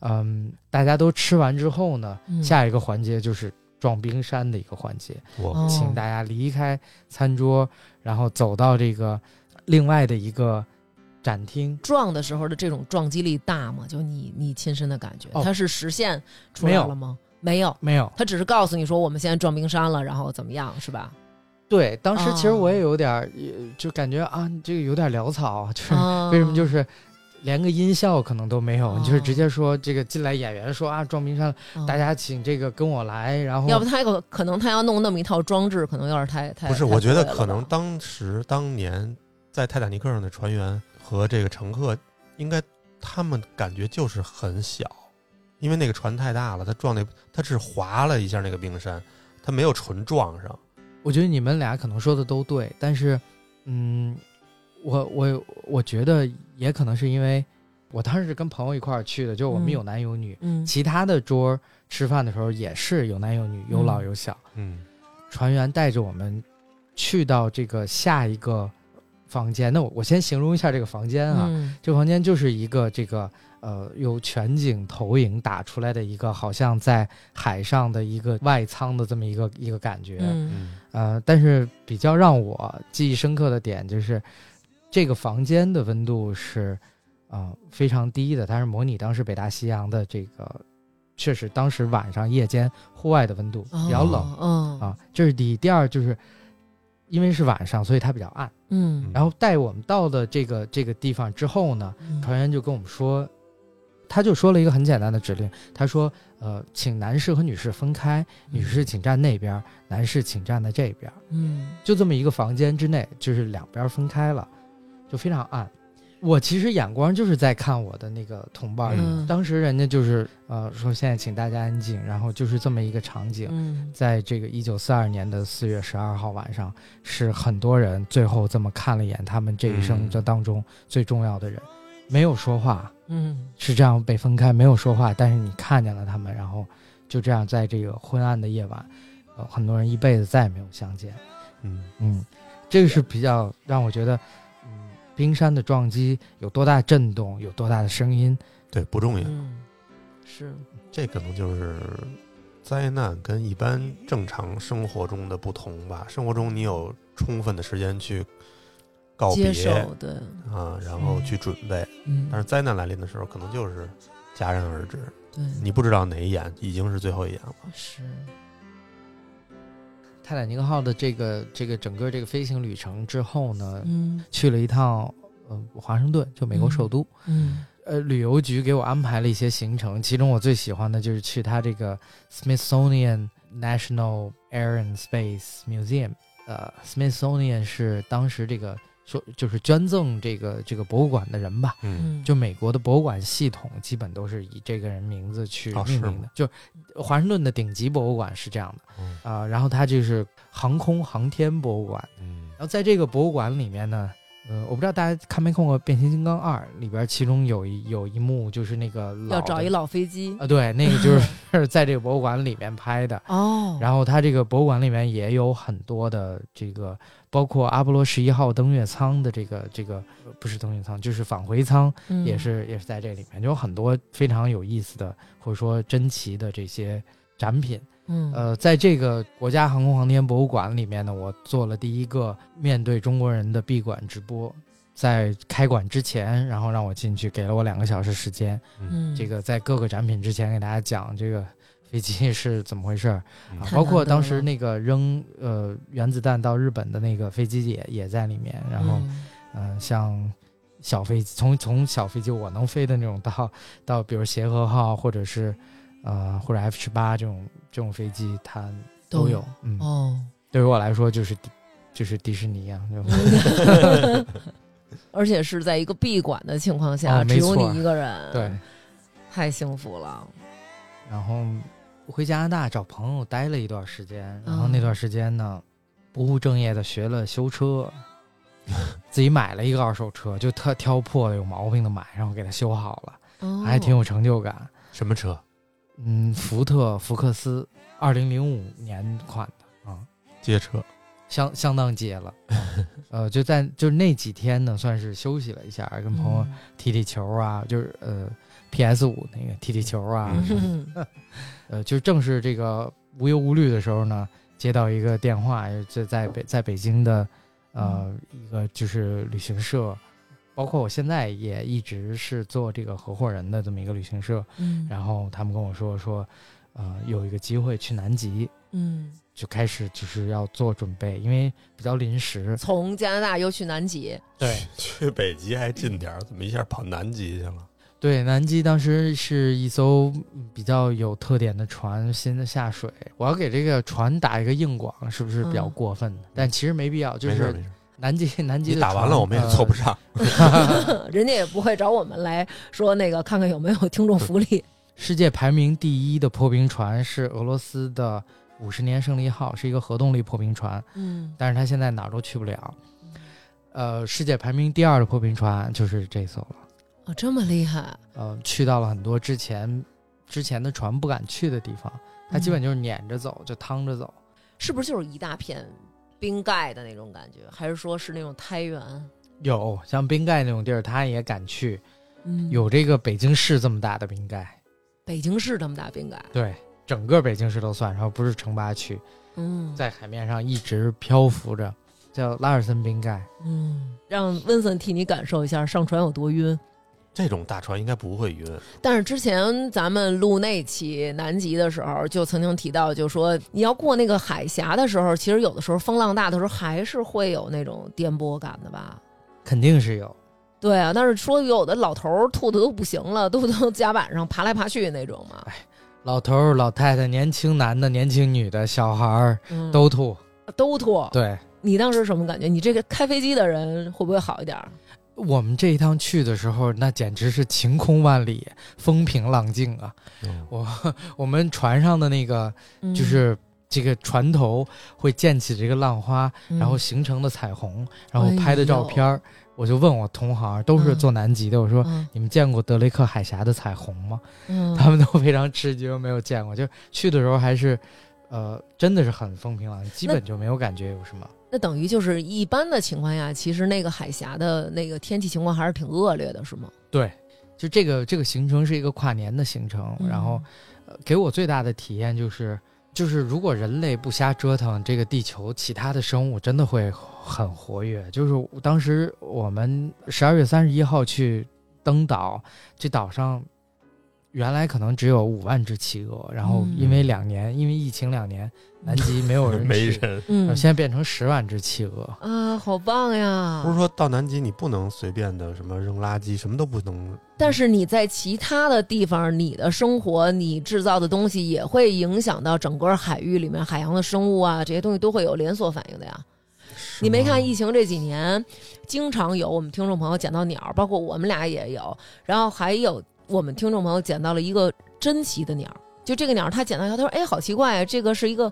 Speaker 3: 嗯，大家都吃完之后呢，
Speaker 2: 嗯
Speaker 3: 下一个环节就是撞冰山的一个环节，
Speaker 1: 我
Speaker 2: 哦
Speaker 3: 请大家离开餐桌，然后走到这个另外的一个展厅。
Speaker 2: 撞的时候的这种撞击力大吗？就你你亲身的感觉，
Speaker 3: 哦
Speaker 2: 它是实现出来了吗？没有，
Speaker 3: 没有，
Speaker 2: 它只是告诉你说我们现在撞冰山了，然后怎么样，是吧？
Speaker 3: 对，当时其实
Speaker 2: 哦
Speaker 3: 我也有点儿，也就感觉啊，你这个有点潦草，就是
Speaker 2: 啊，
Speaker 3: 为什么就是连个音效可能都没有，
Speaker 2: 哦
Speaker 3: 你就是直接说这个进来演员说啊撞冰山了，
Speaker 2: 嗯
Speaker 3: 大。家请这个跟我来，然后
Speaker 2: 要不他有可能他要弄那么一套装置，可能有点太太
Speaker 1: 不是，
Speaker 2: 太
Speaker 1: 我觉得
Speaker 2: 贵了
Speaker 1: 可能
Speaker 2: 吧
Speaker 1: 当时当年在泰坦尼克上的船员和这个乘客，应该他们感觉就是很小，因为那个船太大了，它撞那它是划了一下那个冰山，它没有纯撞上。
Speaker 3: 我觉得你们俩可能说的都对，但是嗯，我我我觉得也可能是因为我当时是跟朋友一块儿去的，就我们
Speaker 2: 嗯
Speaker 3: 有男有女，
Speaker 2: 嗯
Speaker 3: 其他的桌儿吃饭的时候也是有男有女，有老有小。
Speaker 1: 嗯，
Speaker 3: 船员带着我们去到这个下一个房间。那我我先形容一下这个房间啊，
Speaker 2: 嗯
Speaker 3: 这个房间就是一个这个呃由全景投影打出来的一个好像在海上的一个外舱的这么一个一个感觉。
Speaker 2: 嗯
Speaker 1: 嗯
Speaker 3: 呃，但是比较让我记忆深刻的点就是，这个房间的温度是啊、呃非常低的，它是模拟当时北大西洋的这个。确实，当时晚上夜间户外的温度
Speaker 2: 哦
Speaker 3: 比较冷，
Speaker 2: 嗯
Speaker 3: 啊，这是第一。第二就是因为是晚上，所以它比较暗。
Speaker 2: 嗯
Speaker 3: 然后带我们到的这个这个地方之后呢，
Speaker 2: 嗯
Speaker 3: 船员就跟我们说，他就说了一个很简单的指令，他说：“呃，请男士和女士分开，女士请站那边，男士请站在这边。
Speaker 2: 嗯”
Speaker 3: 就这么一个房间之内，就是两边分开了，就非常暗。我其实眼光就是在看我的那个同伴儿，
Speaker 2: 嗯
Speaker 3: 当时人家就是呃说现在请大家安静，然后就是这么一个场景。
Speaker 2: 嗯
Speaker 3: 在这个一九四二年的四月十二号晚上，是很多人最后这么看了一眼他们这一生
Speaker 1: 嗯
Speaker 3: 这当中最重要的人，没有说话，
Speaker 2: 嗯
Speaker 3: 是这样被分开，没有说话，但是你看见了他们，然后就这样在这个昏暗的夜晚，呃，很多人一辈子再也没有相见。
Speaker 1: 嗯
Speaker 3: 嗯，这个是比较让我觉得，嗯，冰山的撞击有多大震动，有多大的声音，
Speaker 1: 对，不重要，
Speaker 2: 嗯是
Speaker 1: 这可能就是灾难跟一般正常生活中的不同吧。生活中你有充分的时间去告别
Speaker 2: 接受对
Speaker 1: 啊，然后去准备，
Speaker 2: 嗯
Speaker 1: 但是灾难来临的时候，可能就是戛然而止。
Speaker 2: 对
Speaker 1: 你不知道哪一眼已经是最后一眼了。
Speaker 2: 是
Speaker 3: 泰坦尼克号的这个这个整个这个飞行旅程之后呢，
Speaker 2: 嗯
Speaker 3: 去了一趟呃华盛顿，就美国首都。
Speaker 2: 嗯
Speaker 3: 呃，旅游局给我安排了一些行程，其中我最喜欢的就是去它这个 Smithsonian National Air and Space Museum。呃，Smithsonian 是当时这个说就是捐赠这个这个博物馆的人吧，
Speaker 2: 嗯
Speaker 3: 就美国的博物馆系统基本都是以这个人名字去
Speaker 1: 哦
Speaker 3: 命
Speaker 1: 是
Speaker 3: 名的，
Speaker 1: 吗
Speaker 3: 就华盛顿的顶级博物馆是这样的
Speaker 1: 嗯
Speaker 3: 啊、然后它就是航空航天博物馆，
Speaker 1: 嗯
Speaker 3: 然后在这个博物馆里面呢，呃，我不知道大家看没看过《变形金刚二》里边，其中有一有一幕就是那个老
Speaker 2: 要找一
Speaker 3: 老
Speaker 2: 老飞机
Speaker 3: 啊，对，那个就是在这个博物馆里面拍的。
Speaker 2: 哦
Speaker 3: 然后它这个博物馆里面也有很多的这个，包括阿波罗十一号登月舱的这个这个呃不是登月舱，就是返回舱，
Speaker 2: 嗯
Speaker 3: 也是也是在这里面，就有很多非常有意思的或者说珍奇的这些展品。
Speaker 2: 嗯
Speaker 3: 呃，在这个国家航空航天博物馆里面呢，我做了第一个面对中国人的闭馆直播。在开馆之前，然后让我进去，给了我两个小时时间。
Speaker 2: 嗯
Speaker 3: 这个在各个展品之前给大家讲这个飞机是怎么回事儿
Speaker 1: 嗯
Speaker 3: 啊，
Speaker 2: 太
Speaker 3: 包括
Speaker 2: 难得
Speaker 3: 当
Speaker 2: 了
Speaker 3: 时那个扔呃原子弹到日本的那个飞机也也在里面。然后，
Speaker 2: 嗯
Speaker 3: 嗯、像小飞机，从从小飞机我能飞的那种到到比如协和号或者是呃或者 F 十八这种这种飞机，它都有。嗯，
Speaker 2: 哦。
Speaker 3: 对于我来说就是迪就是迪士尼啊，就 [laughs]
Speaker 2: 而且是在一个闭馆的情况下，
Speaker 3: 哦
Speaker 2: 只
Speaker 3: 没
Speaker 2: 有
Speaker 3: 错哦
Speaker 2: 你一个人，
Speaker 3: 对。，
Speaker 2: 太幸福了。
Speaker 3: 然后回加拿大找朋友待了一段时间，然后
Speaker 2: 嗯
Speaker 3: 那段时间呢，不务正业的学了修 [laughs] 车，自己买了一个二手车，就特挑破的有毛病的买，然后给它修好了，
Speaker 2: 哦
Speaker 3: 还挺有成就感。
Speaker 1: 什么车？
Speaker 3: 嗯，福特福克斯，二零零五年款的啊、
Speaker 1: 街车。
Speaker 3: 相相当接 [laughs] 了。呃，就在就那几天呢，算是休息了一下，跟朋友
Speaker 2: 嗯
Speaker 3: 踢踢球啊，就是呃 PS 五那个踢踢球啊，
Speaker 2: 嗯
Speaker 3: 呃，就正是这个无忧无虑的时候呢，接到一个电话，这在北在北京的呃一个就是旅行社，包括我现在也一直是做这个合伙人的这么一个旅行社，
Speaker 2: 嗯
Speaker 3: [laughs] 然后他们跟我说说，呃，有一个机会去南极，
Speaker 2: 嗯，
Speaker 3: 就开始就是要做准备，因为比较临时，
Speaker 2: 从加拿大又去南
Speaker 3: [laughs]
Speaker 2: 极，
Speaker 3: 对
Speaker 1: 去北极还近点儿，怎么一下跑南极去了？
Speaker 3: 对，南极当时是一艘嗯比较有特点的船，新的下水。我要给这个船打一个硬广，是不是比较
Speaker 2: 嗯
Speaker 3: 过分的？但其实没必要，就
Speaker 1: 没事儿
Speaker 3: 是
Speaker 1: 没事儿，
Speaker 3: 南极南极
Speaker 1: 你
Speaker 3: 的
Speaker 1: 打完
Speaker 3: 船
Speaker 1: 了我们也
Speaker 3: 呃
Speaker 1: 凑不上。
Speaker 2: 人家也不会找我们来说那个看看有没有听众福
Speaker 3: [laughs]
Speaker 2: 利。
Speaker 3: 呃世界排名第一的破冰船是俄罗斯的五十年胜利号，是一个核动力破冰船，
Speaker 2: 嗯
Speaker 3: 但是它现在哪儿都去不了。呃，世界排名第二的破冰船就是这艘了。
Speaker 2: 哦，这么厉害，
Speaker 3: 呃，去到了很多之前之前的船不敢去的地方，它
Speaker 2: 嗯
Speaker 3: 基本就是撵着走，就趟着走。
Speaker 2: 是不是就是一大片冰盖的那种感觉，还是说是那种苔原？
Speaker 3: 有像冰盖那种地儿，他也敢去。
Speaker 2: 嗯，
Speaker 3: 有这个北京市这么大的冰盖，
Speaker 2: 北京市这么大冰盖，
Speaker 3: 对，整个北京市都算，然后不是城八区，
Speaker 2: 嗯，
Speaker 3: 在海面上一直漂浮着，叫拉尔森冰盖。
Speaker 2: 嗯，让温森替你感受一下上船有多晕。
Speaker 1: 这种大船应该不会晕，
Speaker 2: 但是之前咱们录那期南极的时候，就曾经提到，就说你要过那个海峡的时候，其实有的时候风浪大的时候，还是会有那种颠簸感的吧。
Speaker 3: 肯定是有，
Speaker 2: 对啊，但是说有的老头儿吐的都不行了，都都 [laughs] 甲板上爬来爬去那种嘛，
Speaker 3: 老头儿、老太太、年轻男的、年轻女的、小孩儿
Speaker 2: 嗯、
Speaker 3: 都吐。
Speaker 2: 都吐。
Speaker 3: 对
Speaker 2: 你当时什么感觉？你这个开飞机的人会不会好一点儿？
Speaker 3: 我们这一趟去的时候，那简直是晴空万里、风平浪静啊！
Speaker 1: 嗯
Speaker 3: 我我们船上的那个
Speaker 2: 嗯
Speaker 3: 就是这个船头会溅起这个浪花，
Speaker 2: 嗯哎
Speaker 3: 然后形成的彩虹，然后拍的照片儿，我就问我同行，都是做南极的，我说。
Speaker 2: 嗯
Speaker 3: 你们见过德雷克海峡的彩虹吗？
Speaker 2: 嗯
Speaker 3: 他们都非常吃惊，没有见过。就是去的时候还是，呃，真的是很风平浪静，基本就没有感觉有什么。
Speaker 2: 那等于就是一般的情况下，其实那个海峡的那个天气情况还是挺恶劣的，是吗？
Speaker 3: 对，就这个这个行程是一个跨年的行程，
Speaker 2: 嗯
Speaker 3: 然后、呃给我最大的体验就是，就是如果人类不瞎折腾，这个地球其他的生物真的会很活跃。就是我当时我们十二月三十一号去登岛，这岛上原来可能只有五万只企鹅，然后
Speaker 2: 嗯
Speaker 3: 因为两年、因为疫情两年，南
Speaker 2: [laughs]
Speaker 3: 极没有人去
Speaker 1: 没。人。
Speaker 2: 嗯
Speaker 3: 呃现在变成十万只企鹅，
Speaker 2: 啊，好棒呀！
Speaker 1: 不是说到南极你不能随便的什么扔垃圾，什么都不能。
Speaker 2: 但是你在其他的地方，你的生活、你制造的东西也会影响到整个海域里面海洋的生物啊，这些东西都会有连锁反应的呀。你没看疫情这几年，经常有我们听众朋友捡到鸟，包括我们俩也有，然后还有我们听众朋友捡到了一个珍奇的鸟，就这个鸟他捡到以后，他说：“哎，好奇怪啊，这个是一个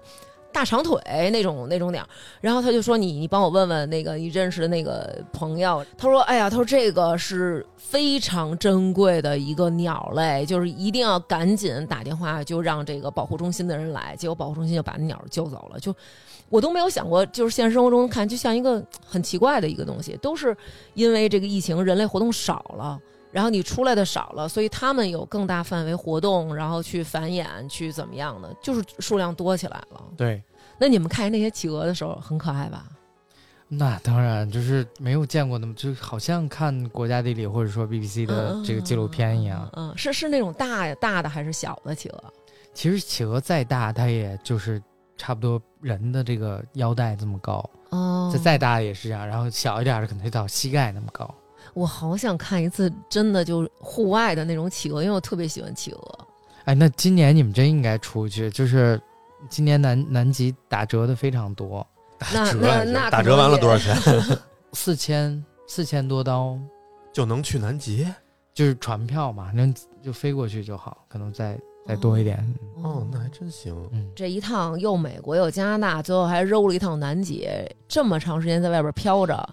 Speaker 2: 大长腿那种那种鸟。”然后他就说：“你你帮我问问那个你认识的那个朋友。”他说：“哎呀，他说这个是非常珍贵的一个鸟类，就是一定要赶紧打电话就让这个保护中心的人来。”结果保护中心就把那鸟救走了，就。我都没有想过，就是现实生活中看，就像一个很奇怪的一个东西，都是因为这个疫情，人类活动少了，然后你出来的少了，所以他们有更大范围活动，然后去繁衍，去怎么样的，就是数量多起来了。
Speaker 3: 对，
Speaker 2: 那你们看见那些企鹅的时候，很可爱吧？
Speaker 3: 那当然，就是没有见过那么，就是好像看国家地理或者说 BBC 的这个纪录片一样。
Speaker 2: 嗯嗯，嗯嗯是是那种大大的还是小的企鹅？
Speaker 3: 其实企鹅再大，它也就是差不多人的这个腰带这么高，
Speaker 2: 哦
Speaker 3: 再再大也是这样，然后小一点的可能就到膝盖那么高。
Speaker 2: 我好想看一次真的就户外的那种企鹅，因为我特别喜欢企鹅。
Speaker 3: 哎，那今年你们真应该出去，就是今年南南极打折的非常多，
Speaker 2: 那
Speaker 1: 折
Speaker 2: 那
Speaker 1: 一下
Speaker 2: 那
Speaker 1: 打折完了多少
Speaker 2: 钱？
Speaker 1: 钱
Speaker 3: [laughs] 四千四千多刀，
Speaker 1: 就能去南极？
Speaker 3: 就是船票嘛，那就飞过去就好，可能再再多一点。
Speaker 1: 哦，那还真行。
Speaker 3: 嗯，
Speaker 2: 这一趟又美国又加拿大，最后还揉了一趟南极，这么长时间在外边飘着，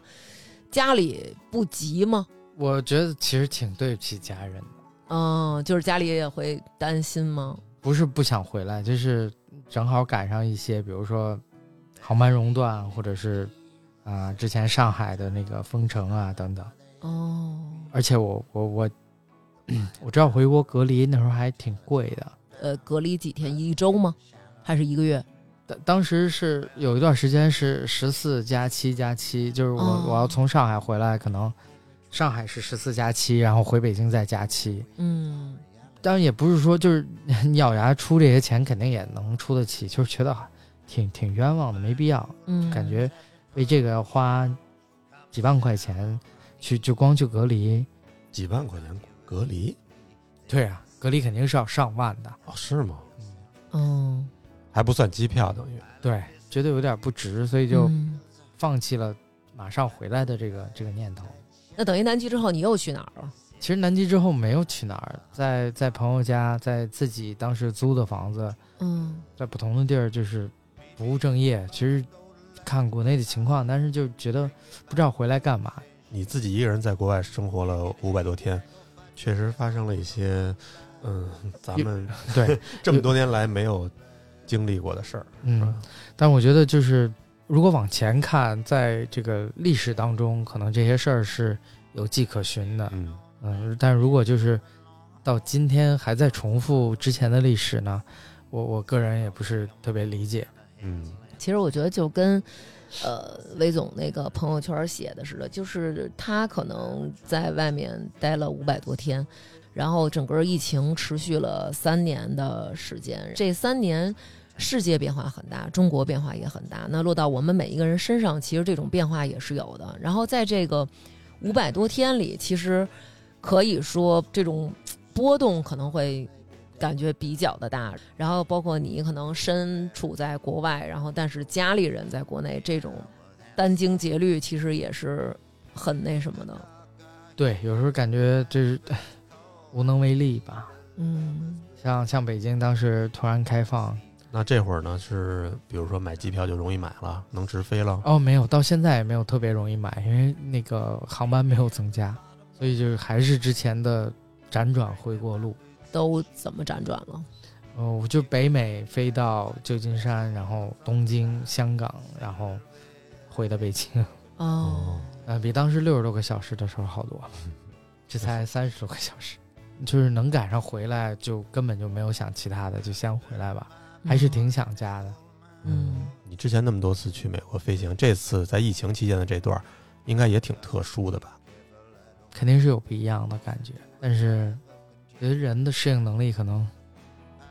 Speaker 2: 家里不急吗？
Speaker 3: 我觉得其实挺对不起家人的，
Speaker 2: 嗯，就是家里也会担心吗？
Speaker 3: 不是不想回来，就是正好赶上一些，比如说航班熔断，或者是啊、之前上海的那个封城啊等等。
Speaker 2: 哦，
Speaker 3: 而且我我我， [clears throat] 我知道回国隔离那时候还挺贵的，
Speaker 2: 呃，隔离几天，一周吗？还是一个月？
Speaker 3: 当当时是有一段时间是十四加七加七，就是我、
Speaker 2: 哦
Speaker 3: 我要从上海回来，可能上海是十四加七，然后回北京再加七。
Speaker 2: 嗯，
Speaker 3: 当然也不是说就是 [laughs] 你咬牙出这些钱肯定也能出得起，就是觉得挺挺冤枉的，没必要，
Speaker 2: 嗯，
Speaker 3: 感觉为这个要花几万块钱去就光去隔离，
Speaker 1: 几万块钱隔离
Speaker 3: 对啊，隔离肯定是要上万的，
Speaker 1: 哦，是吗？
Speaker 2: 嗯，
Speaker 1: 还不算机票，等于
Speaker 3: 对，觉得有点不值，所以就
Speaker 2: 嗯
Speaker 3: 放弃了马上回来的这个这个念头。
Speaker 2: 那等于南极之后你又去哪儿了？
Speaker 3: 其实南极之后没有去哪儿，在在朋友家，在自己当时租的房子，
Speaker 2: 嗯
Speaker 3: 在不同的地儿就是不务正业。其实看国内的情况，但是就觉得不知道回来干嘛。
Speaker 1: 你自己一个人在国外生活了五百多天，确实发生了一些，嗯，咱们 [laughs]
Speaker 3: 对，
Speaker 1: 这么多年来没有经历过的事儿。
Speaker 3: 嗯，但我觉得就是如果往前看，在这个历史当中，可能这些事儿是有迹可循的。
Speaker 1: 嗯，
Speaker 3: 嗯，但如果就是到今天还在重复之前的历史呢，我我个人也不是特别理解。
Speaker 1: 嗯，
Speaker 2: 其实我觉得就跟，呃，魏总那个朋友圈写的似的，就是他可能在外面待了五百多天，然后整个疫情持续了三年的时间，这三年。世界变化很大，中国变化也很大。那落到我们每一个人身上，其实这种变化也是有的。然后在这个五百多天里，其实可以说这种波动可能会感觉比较的大。然后包括你可能身处在国外，然后但是家里人在国内，这种殚精竭虑其实也是很那什么的。
Speaker 3: 对，有时候感觉这是无能为力吧。
Speaker 2: 嗯，
Speaker 3: 像像北京当时突然开放，
Speaker 1: 那这会儿呢是，比如说买机票就容易买了，能直飞了。
Speaker 3: 哦，没有，到现在也没有特别容易买，因为那个航班没有增加，所以就是还是之前的辗转回国路。
Speaker 2: 都怎么辗转了？
Speaker 3: 哦，我就北美飞到旧金山，然后东京、香港，然后回到北京。
Speaker 2: 哦，
Speaker 3: 呃，比当时六十多个小时的时候好多了，这才三十多个小时，就是能赶上回来，就根本就没有想其他的，就先回来吧，还是挺想家的。
Speaker 2: 嗯
Speaker 1: 你之前那么多次去美国飞行，这次在疫情期间的这段儿，应该也挺特殊的吧？
Speaker 3: 肯定是有不一样的感觉，但是觉得人的适应能力可能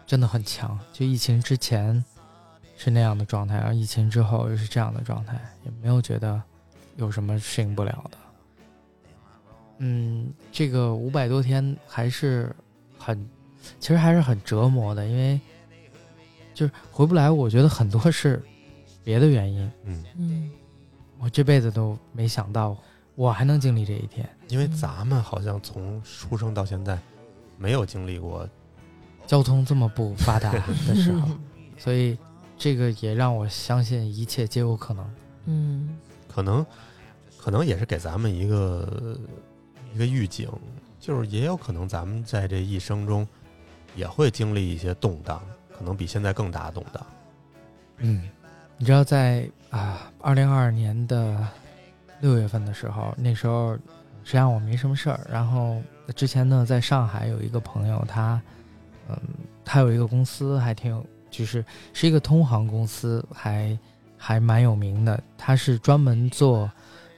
Speaker 3: 真的很强。就疫情之前是那样的状态，然后疫情之后又是这样的状态，也没有觉得有什么适应不了的。嗯，这个五百多天还是很，其实还是很折磨的，因为就是回不来，我觉得很多是别的原因，
Speaker 1: 嗯，
Speaker 2: 嗯
Speaker 3: 我这辈子都没想到我还能经历这一天。
Speaker 1: 因为咱们好像从出生到现在，没有经历过。
Speaker 3: 交通这么不发达的
Speaker 2: 嗯 [laughs]
Speaker 3: 时
Speaker 2: 啊
Speaker 3: 候，所以这个也让我相信一切皆有可能。
Speaker 2: 嗯
Speaker 1: 可能，可能也是给咱们一个一个预警，就是也有可能咱们在这一生中也会经历一些动荡，可能比现在更大的动荡。
Speaker 3: 嗯，你知道在啊，二零二二年的六月份的时候，那时候实际上我没什么事儿。然后之前呢，在上海有一个朋友，他嗯，他有一个公司还挺有，就是是一个通航公司，还还蛮有名的。他是专门做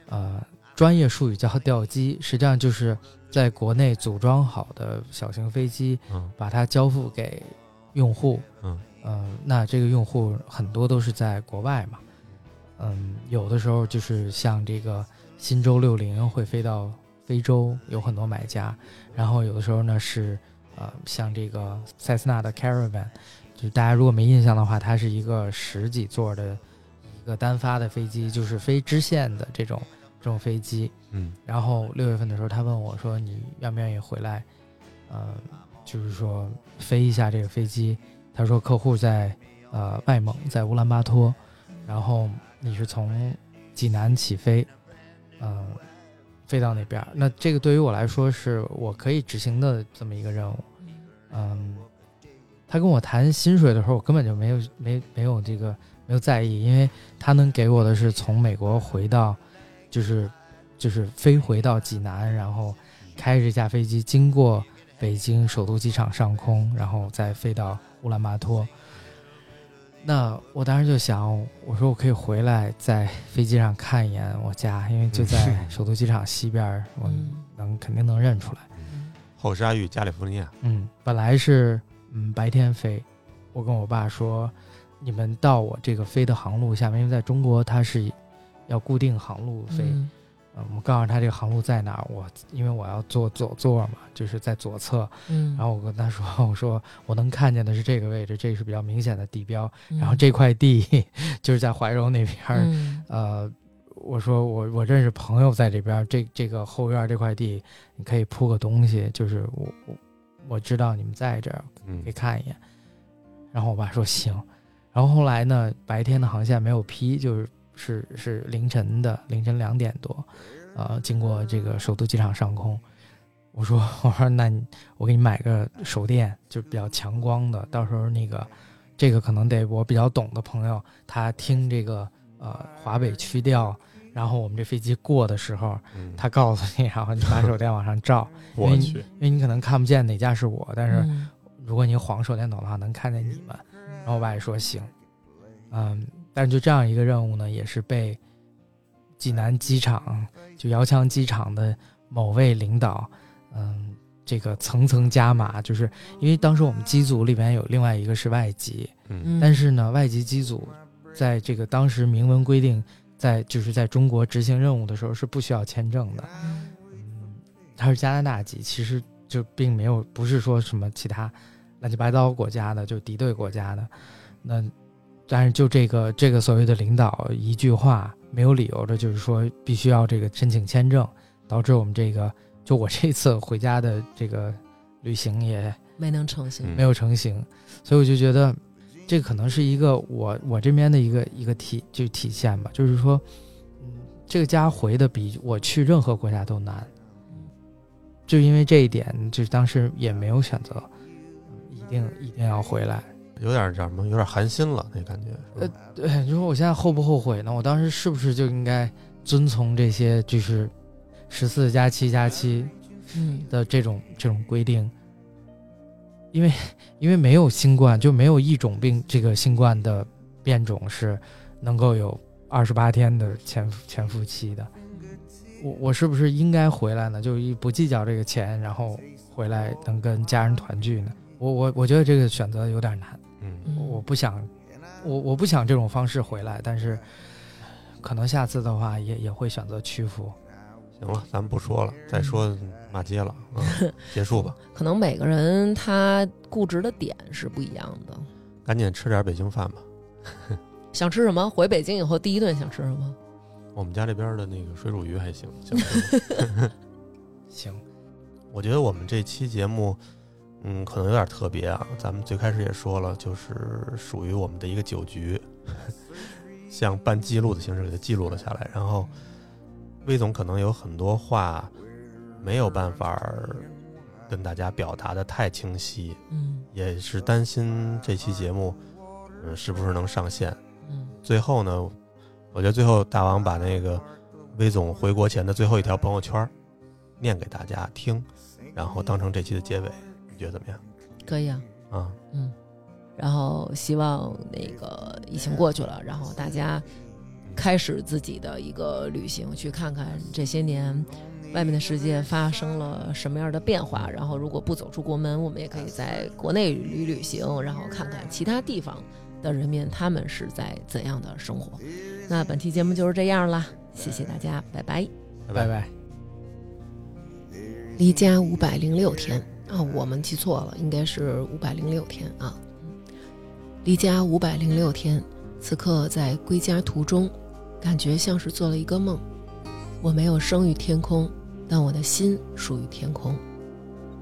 Speaker 3: 呃专业术语叫吊机，实际上就是在国内组装好的小型飞机，
Speaker 1: 嗯
Speaker 3: 把它交付给用户。
Speaker 1: 嗯，
Speaker 3: 呃，那这个用户很多都是在国外嘛，嗯，有的时候就是像这个新洲六零会飞到非洲，有很多买家，然后有的时候呢是呃像这个塞斯纳的 Caravan，就是大家如果没印象的话，它是一个十几座的一个单发的飞机，就是飞支线的这种这种飞机，
Speaker 1: 嗯
Speaker 3: 然后六月份的时候，他问我说：“你愿不愿意回来？呃，就是说飞一下这个飞机。他说客户在呃外蒙，在乌兰巴托，然后你是从济南起飞，嗯、飞到那边儿。那这个对于我来说是我可以执行的这么一个任务。嗯，他跟我谈薪水的时候，我根本就没有没没有这个没有在意，因为他能给我的是从美国回到，就是就是飞回到济南，然后开着一架飞机经过北京首都机场上空，然后再飞到乌兰巴托。那我当时就想，我说我可以回来在飞机上看一眼我家，因为就在首都机场西边儿，我
Speaker 2: 嗯
Speaker 3: 能肯定能认出来。
Speaker 1: 后沙峪、加利福尼亚，
Speaker 3: 嗯，本来是嗯白天飞，我跟我爸说，你们到我这个飞的航路下面，因为在中国它是要固定航路飞，
Speaker 2: 嗯
Speaker 3: 嗯，我告诉他这个航路在哪儿，我因为我要坐左座嘛，就是在左侧，
Speaker 2: 嗯，
Speaker 3: 然后我跟他说，我说我能看见的是这个位置，这是比较明显的地标，
Speaker 2: 嗯
Speaker 3: 然后这块地就是在怀柔那边儿，
Speaker 2: 嗯
Speaker 3: 呃，我说我我认识朋友在这边儿，这这个后院儿这块地，你可以铺个东西，就是我我我知道你们在这儿，
Speaker 1: 嗯
Speaker 3: 可以，看一眼。然后我爸说行，然后后来呢，白天的航线没有批，就是是是凌晨的凌晨两点多，呃，经过这个首都机场上空。我说 [laughs] 我说那你我给你买个手电，就比较强光的，到时候那个这个可能得我比较懂的朋友，他听这个呃华北区调，然后我们这飞机过的时候，
Speaker 1: 嗯
Speaker 3: 他告诉你，然后你把手电往上照，
Speaker 1: 我去，
Speaker 3: 因为你可能看不见哪架是我，但是
Speaker 2: 嗯
Speaker 3: 如果你晃手电筒的话，能看见你们。然后我爸也说行，嗯，但是就这样一个任务呢，也是被济南机场就遥枪机场的某位领导，嗯，这个层层加码，就是因为当时我们机组里面有另外一个是外籍，
Speaker 1: 嗯
Speaker 2: 嗯
Speaker 3: 但是呢，外籍机组在这个当时明文规定，在就是在中国执行任务的时候是不需要签证的。嗯，他是加拿大籍，其实就并没有不是说什么其他乱七八糟国家的，就敌对国家的。那但是就这个这个所谓的领导一句话没有理由的，就是说必须要这个申请签证，导致我们这个就我这次回家的这个旅行也
Speaker 2: 没能成型，
Speaker 1: 嗯
Speaker 3: 没有成型，所以我就觉得这可能是一个我我这边的一个一个体就体现吧，就是说，嗯，这个家回的比我去任何国家都难，就因为这一点，就是当时也没有选择，一定一定要回来。
Speaker 1: 有点叫什么，有点寒心了那感觉。是吧
Speaker 3: 对，你说我现在后不后悔呢？我当时是不是就应该遵从这些就是十四加七加七
Speaker 2: 嗯
Speaker 3: 的这种这种规定，因为因为没有新冠，就没有一种病，这个新冠的变种是能够有二十八天的潜伏潜伏期的。我我是不是应该回来呢？就一不计较这个钱，然后回来能跟家人团聚呢？我我我觉得这个选择有点难，
Speaker 1: 嗯，
Speaker 2: 嗯
Speaker 3: 我不想，我我不想这种方式回来，但是可能下次的话也也会选择屈服。
Speaker 1: 行了，咱们不说了，再说骂街了， [laughs] 嗯，结束吧，
Speaker 2: 可能每个人他固执的点是不一样的。
Speaker 1: 赶紧吃点北京饭吧。
Speaker 2: 想吃什么？回北京以后第一顿想吃什么？
Speaker 1: 我们家这边的那个水煮鱼还行，想 [laughs] 吃吗
Speaker 3: 行，
Speaker 1: 我觉得我们这期节目，嗯，可能有点特别啊。咱们最开始也说了，就是属于我们的一个酒局， [laughs] 像办记录的形式给它记录了下来。然后，魏总可能有很多话没有办法儿跟大家表达的太清晰，
Speaker 2: 嗯
Speaker 1: 也是担心这期节目，嗯，是不是能上线？
Speaker 2: [laughs] 嗯
Speaker 1: 最后呢，我觉得最后大王把那个威总回国前的最后一条朋友圈儿念给大家听，然后当成这期的结尾，你觉得怎么样？
Speaker 2: 可以啊。
Speaker 1: 啊，
Speaker 2: 嗯，然后希望那个疫情过去了，然后大家开始自己的一个旅行，去看看这些年外面的世界发生了什么样的变化。然后，如果不走出国门，我们也可以在国内旅旅行，然后看看其他地方的人民他们是在怎样的生活。那本期节目就是这样啦，谢谢大家，拜拜。
Speaker 3: 拜拜。
Speaker 2: 离家五百零六天啊，我们记错了，应该是五百零六天啊。离家五百零六天，此刻在归家途中，感觉像是做了一个梦。我没有生于天空，但我的心属于天空。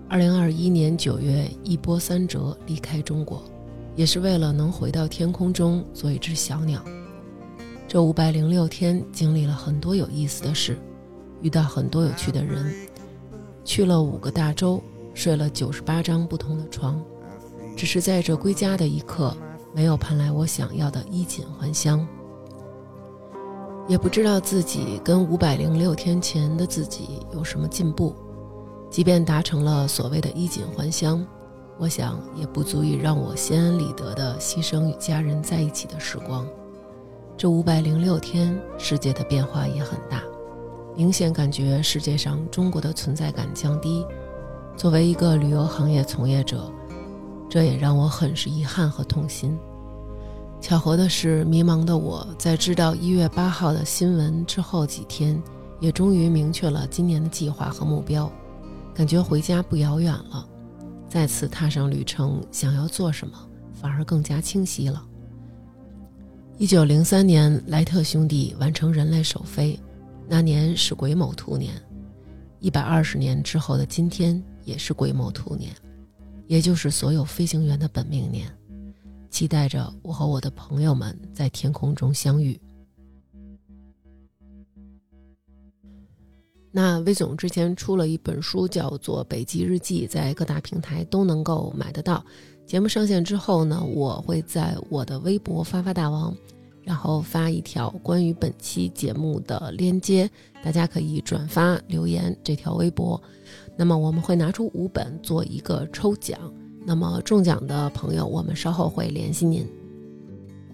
Speaker 2: 二零二一年九月一波三折离开中国，也是为了能回到天空中做一只小鸟。这五百零六天经历了很多有意思的事，遇到很多有趣的人，去了五个大洲，睡了九十八张不同的床，只是在这归家的一刻，没有盼来我想要的衣锦还乡。也不知道自己跟五百零六天前的自己有什么进步，即便达成了所谓的衣锦还乡，我想也不足以让我心安理得的牺牲与家人在一起的时光。这五百零六天，世界的变化也很大，明显感觉世界上中国的存在感降低。作为一个旅游行业从业者，这也让我很是遗憾和痛心。巧合的是，迷茫的我在知道一月八号的新闻之后几天，也终于明确了今年的计划和目标，感觉回家不遥远了。再次踏上旅程，想要做什么反而更加清晰了。一九零三年，莱特兄弟完成人类首飞，那年是癸卯兔年。一百二十年之后的今天，也是癸卯兔年，也就是所有飞行员的本命年。期待着我和我的朋友们在天空中相遇。那魏总之前出了一本书，叫做《北极日记》，在各大平台都能够买得到。节目上线之后呢，我会在我的微博发发大王，然后发一条关于本期节目的链接，大家可以转发留言这条微博。那么我们会拿出五本做一个抽奖。那么中奖的朋友，我们稍后会联系您。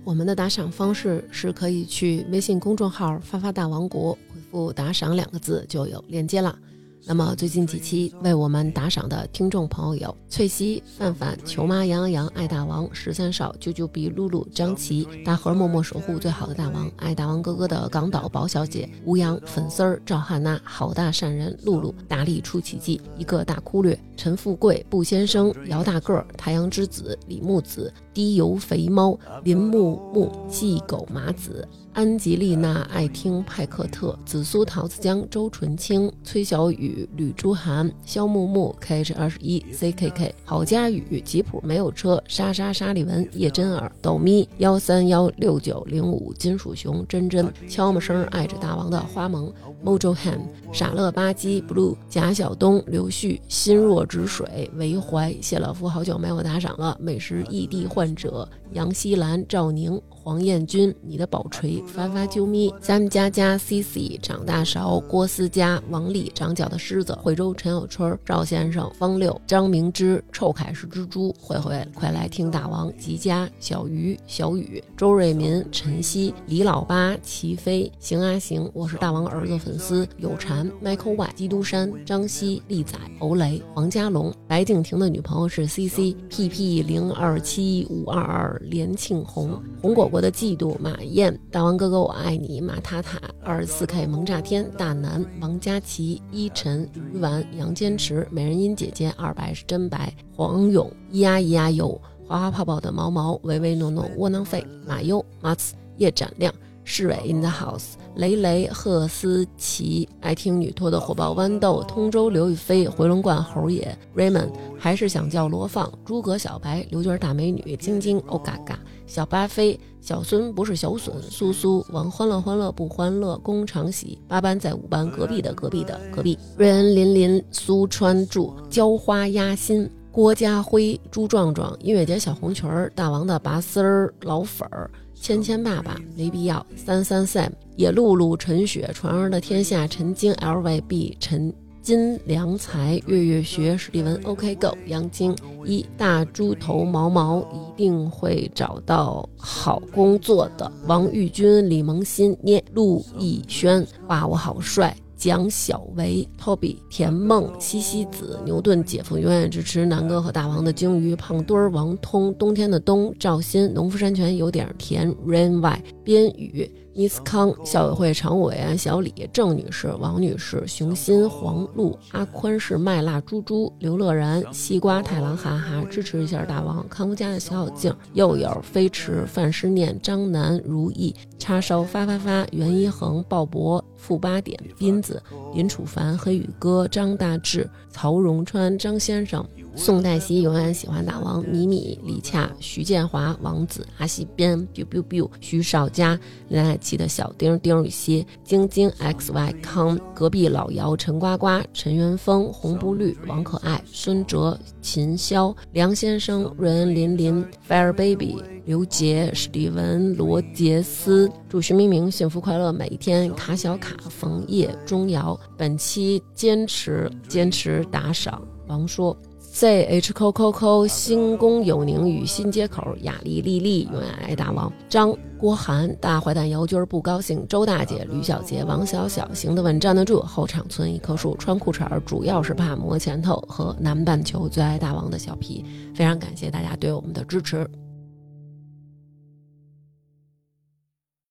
Speaker 2: 我们的打赏方式是可以去微信公众号“发发大王国”回复“打赏”两个字就有链接了。那么最近几期为我们打赏的听众朋友有翠西、范范、球妈、杨洋洋、爱大王、十三少、啾啾比、露露、张琪、大盒、默默守护最好的大王、爱大王哥哥的港岛宝小姐、吴阳、粉丝儿、赵汉娜、好大善人、露露、大力出奇迹、一个大哭略、陈富贵、布先生、姚大个儿、太阳之子、李木子、低油肥猫、林木木、细狗麻子、安吉丽娜爱听派克特、紫苏桃子江、周纯清、崔小雨、吕朱涵、肖木木、KH 二十一、CKK、郝佳宇、吉普没有车、莎莎沙利文、叶真儿、豆咪幺三幺六九零五、金属熊、真真、悄么声、爱着大王的花萌、Mojo Ham、傻乐吧唧、Blue、贾晓东、刘旭、心若止水、韦怀、谢老夫好久没有打赏了，美食异地患者、杨希兰、赵宁。黄彦军，你的宝锤，发发啾咪，三佳佳，Cici，长大勺，郭思佳，王丽，长脚的狮子，惠州陈小春，赵先生，方六，张明之，臭凯是蜘蛛，慧慧，快来听大王，吉佳，小鱼，小雨，周瑞民，晨曦，李老八，齐飞，行啊行，我是大王儿子粉丝，有禅，Michael Y，基督山，张希，丽仔，侯雷，黄家龙，白敬亭的女朋友是 CC，PP 零二七五二二，连庆红，红果果。我的嫉妒，马燕，大王哥哥我爱你，马塔塔，二十四 K 萌炸天，大南，王佳琪，依晨，鱼丸，杨坚持，美人音姐姐，二白是真白，黄勇，咿呀咿呀哟，花花泡泡的毛毛，唯唯诺诺，窝囊废，马优，马次，叶展亮。市委 in the house，雷雷、赫思琪、爱听女托的火爆豌豆、通州刘亦菲、回龙观侯爷、Raymond，还是想叫罗放、诸葛小白、刘娟大美女、晶晶、哦嘎嘎、小巴菲、小孙不是小笋、苏苏、王欢乐欢乐不欢乐、工长喜、八班在五班隔壁的隔壁的隔壁、瑞恩林林、苏川柱、浇花压心。郭家辉、朱壮壮、音乐节小红裙儿、大王的拔丝儿、老粉儿、芊芊爸爸没必要、三三 Sam、野露露、陈雪、船儿的天下、陈晶、LYB、陈金良才、月月学、史蒂文、OK Go、杨晶、一大猪头毛毛一定会找到好工作的，王玉军、李萌新、聂陆逸轩，哇，我好帅！蒋小维、Toby、田梦、西西子、牛顿姐夫永远支持南哥和大王的鲸鱼、胖墩儿、王通、冬天的冬、赵鑫、农夫山泉有点甜、Rain Y、边宇、伊斯康校委会常务委员小李、郑女士、王女士、熊心、黄璐、阿宽是麦辣猪猪、刘乐然、西瓜太郎哈哈，支持一下大王康夫家的小小静、又有飞驰、范诗念、张楠、如意、叉烧发发发、袁一恒、鲍勃、负八点、斌子、林楚凡、黑羽哥、张大志、曹荣川、张先生。宋黛西永远喜欢大王，米米、李恰、徐建华、王子、阿西边、biu biu biu、徐少佳、林爱琪的小丁丁禹兮、晶晶、x y 康、隔壁老姚、陈呱呱、陈元峰、红不绿、王可爱、孙哲、秦霄、梁先生、瑞恩、林林、Fire Baby、刘杰、史蒂文、罗杰斯。祝徐明明幸福快乐每一天！卡小卡、冯烨、钟瑶。本期坚持坚持打赏。王说 ZHQQQ 新宫有宁与新街口雅丽丽丽永远爱大王张郭涵大坏蛋姚军不高兴周大姐吕小杰王小小行得稳站得住后场村一棵树穿裤衩儿主要是怕磨前头和南半球最爱大王的小皮非常感谢大家对我们的支持。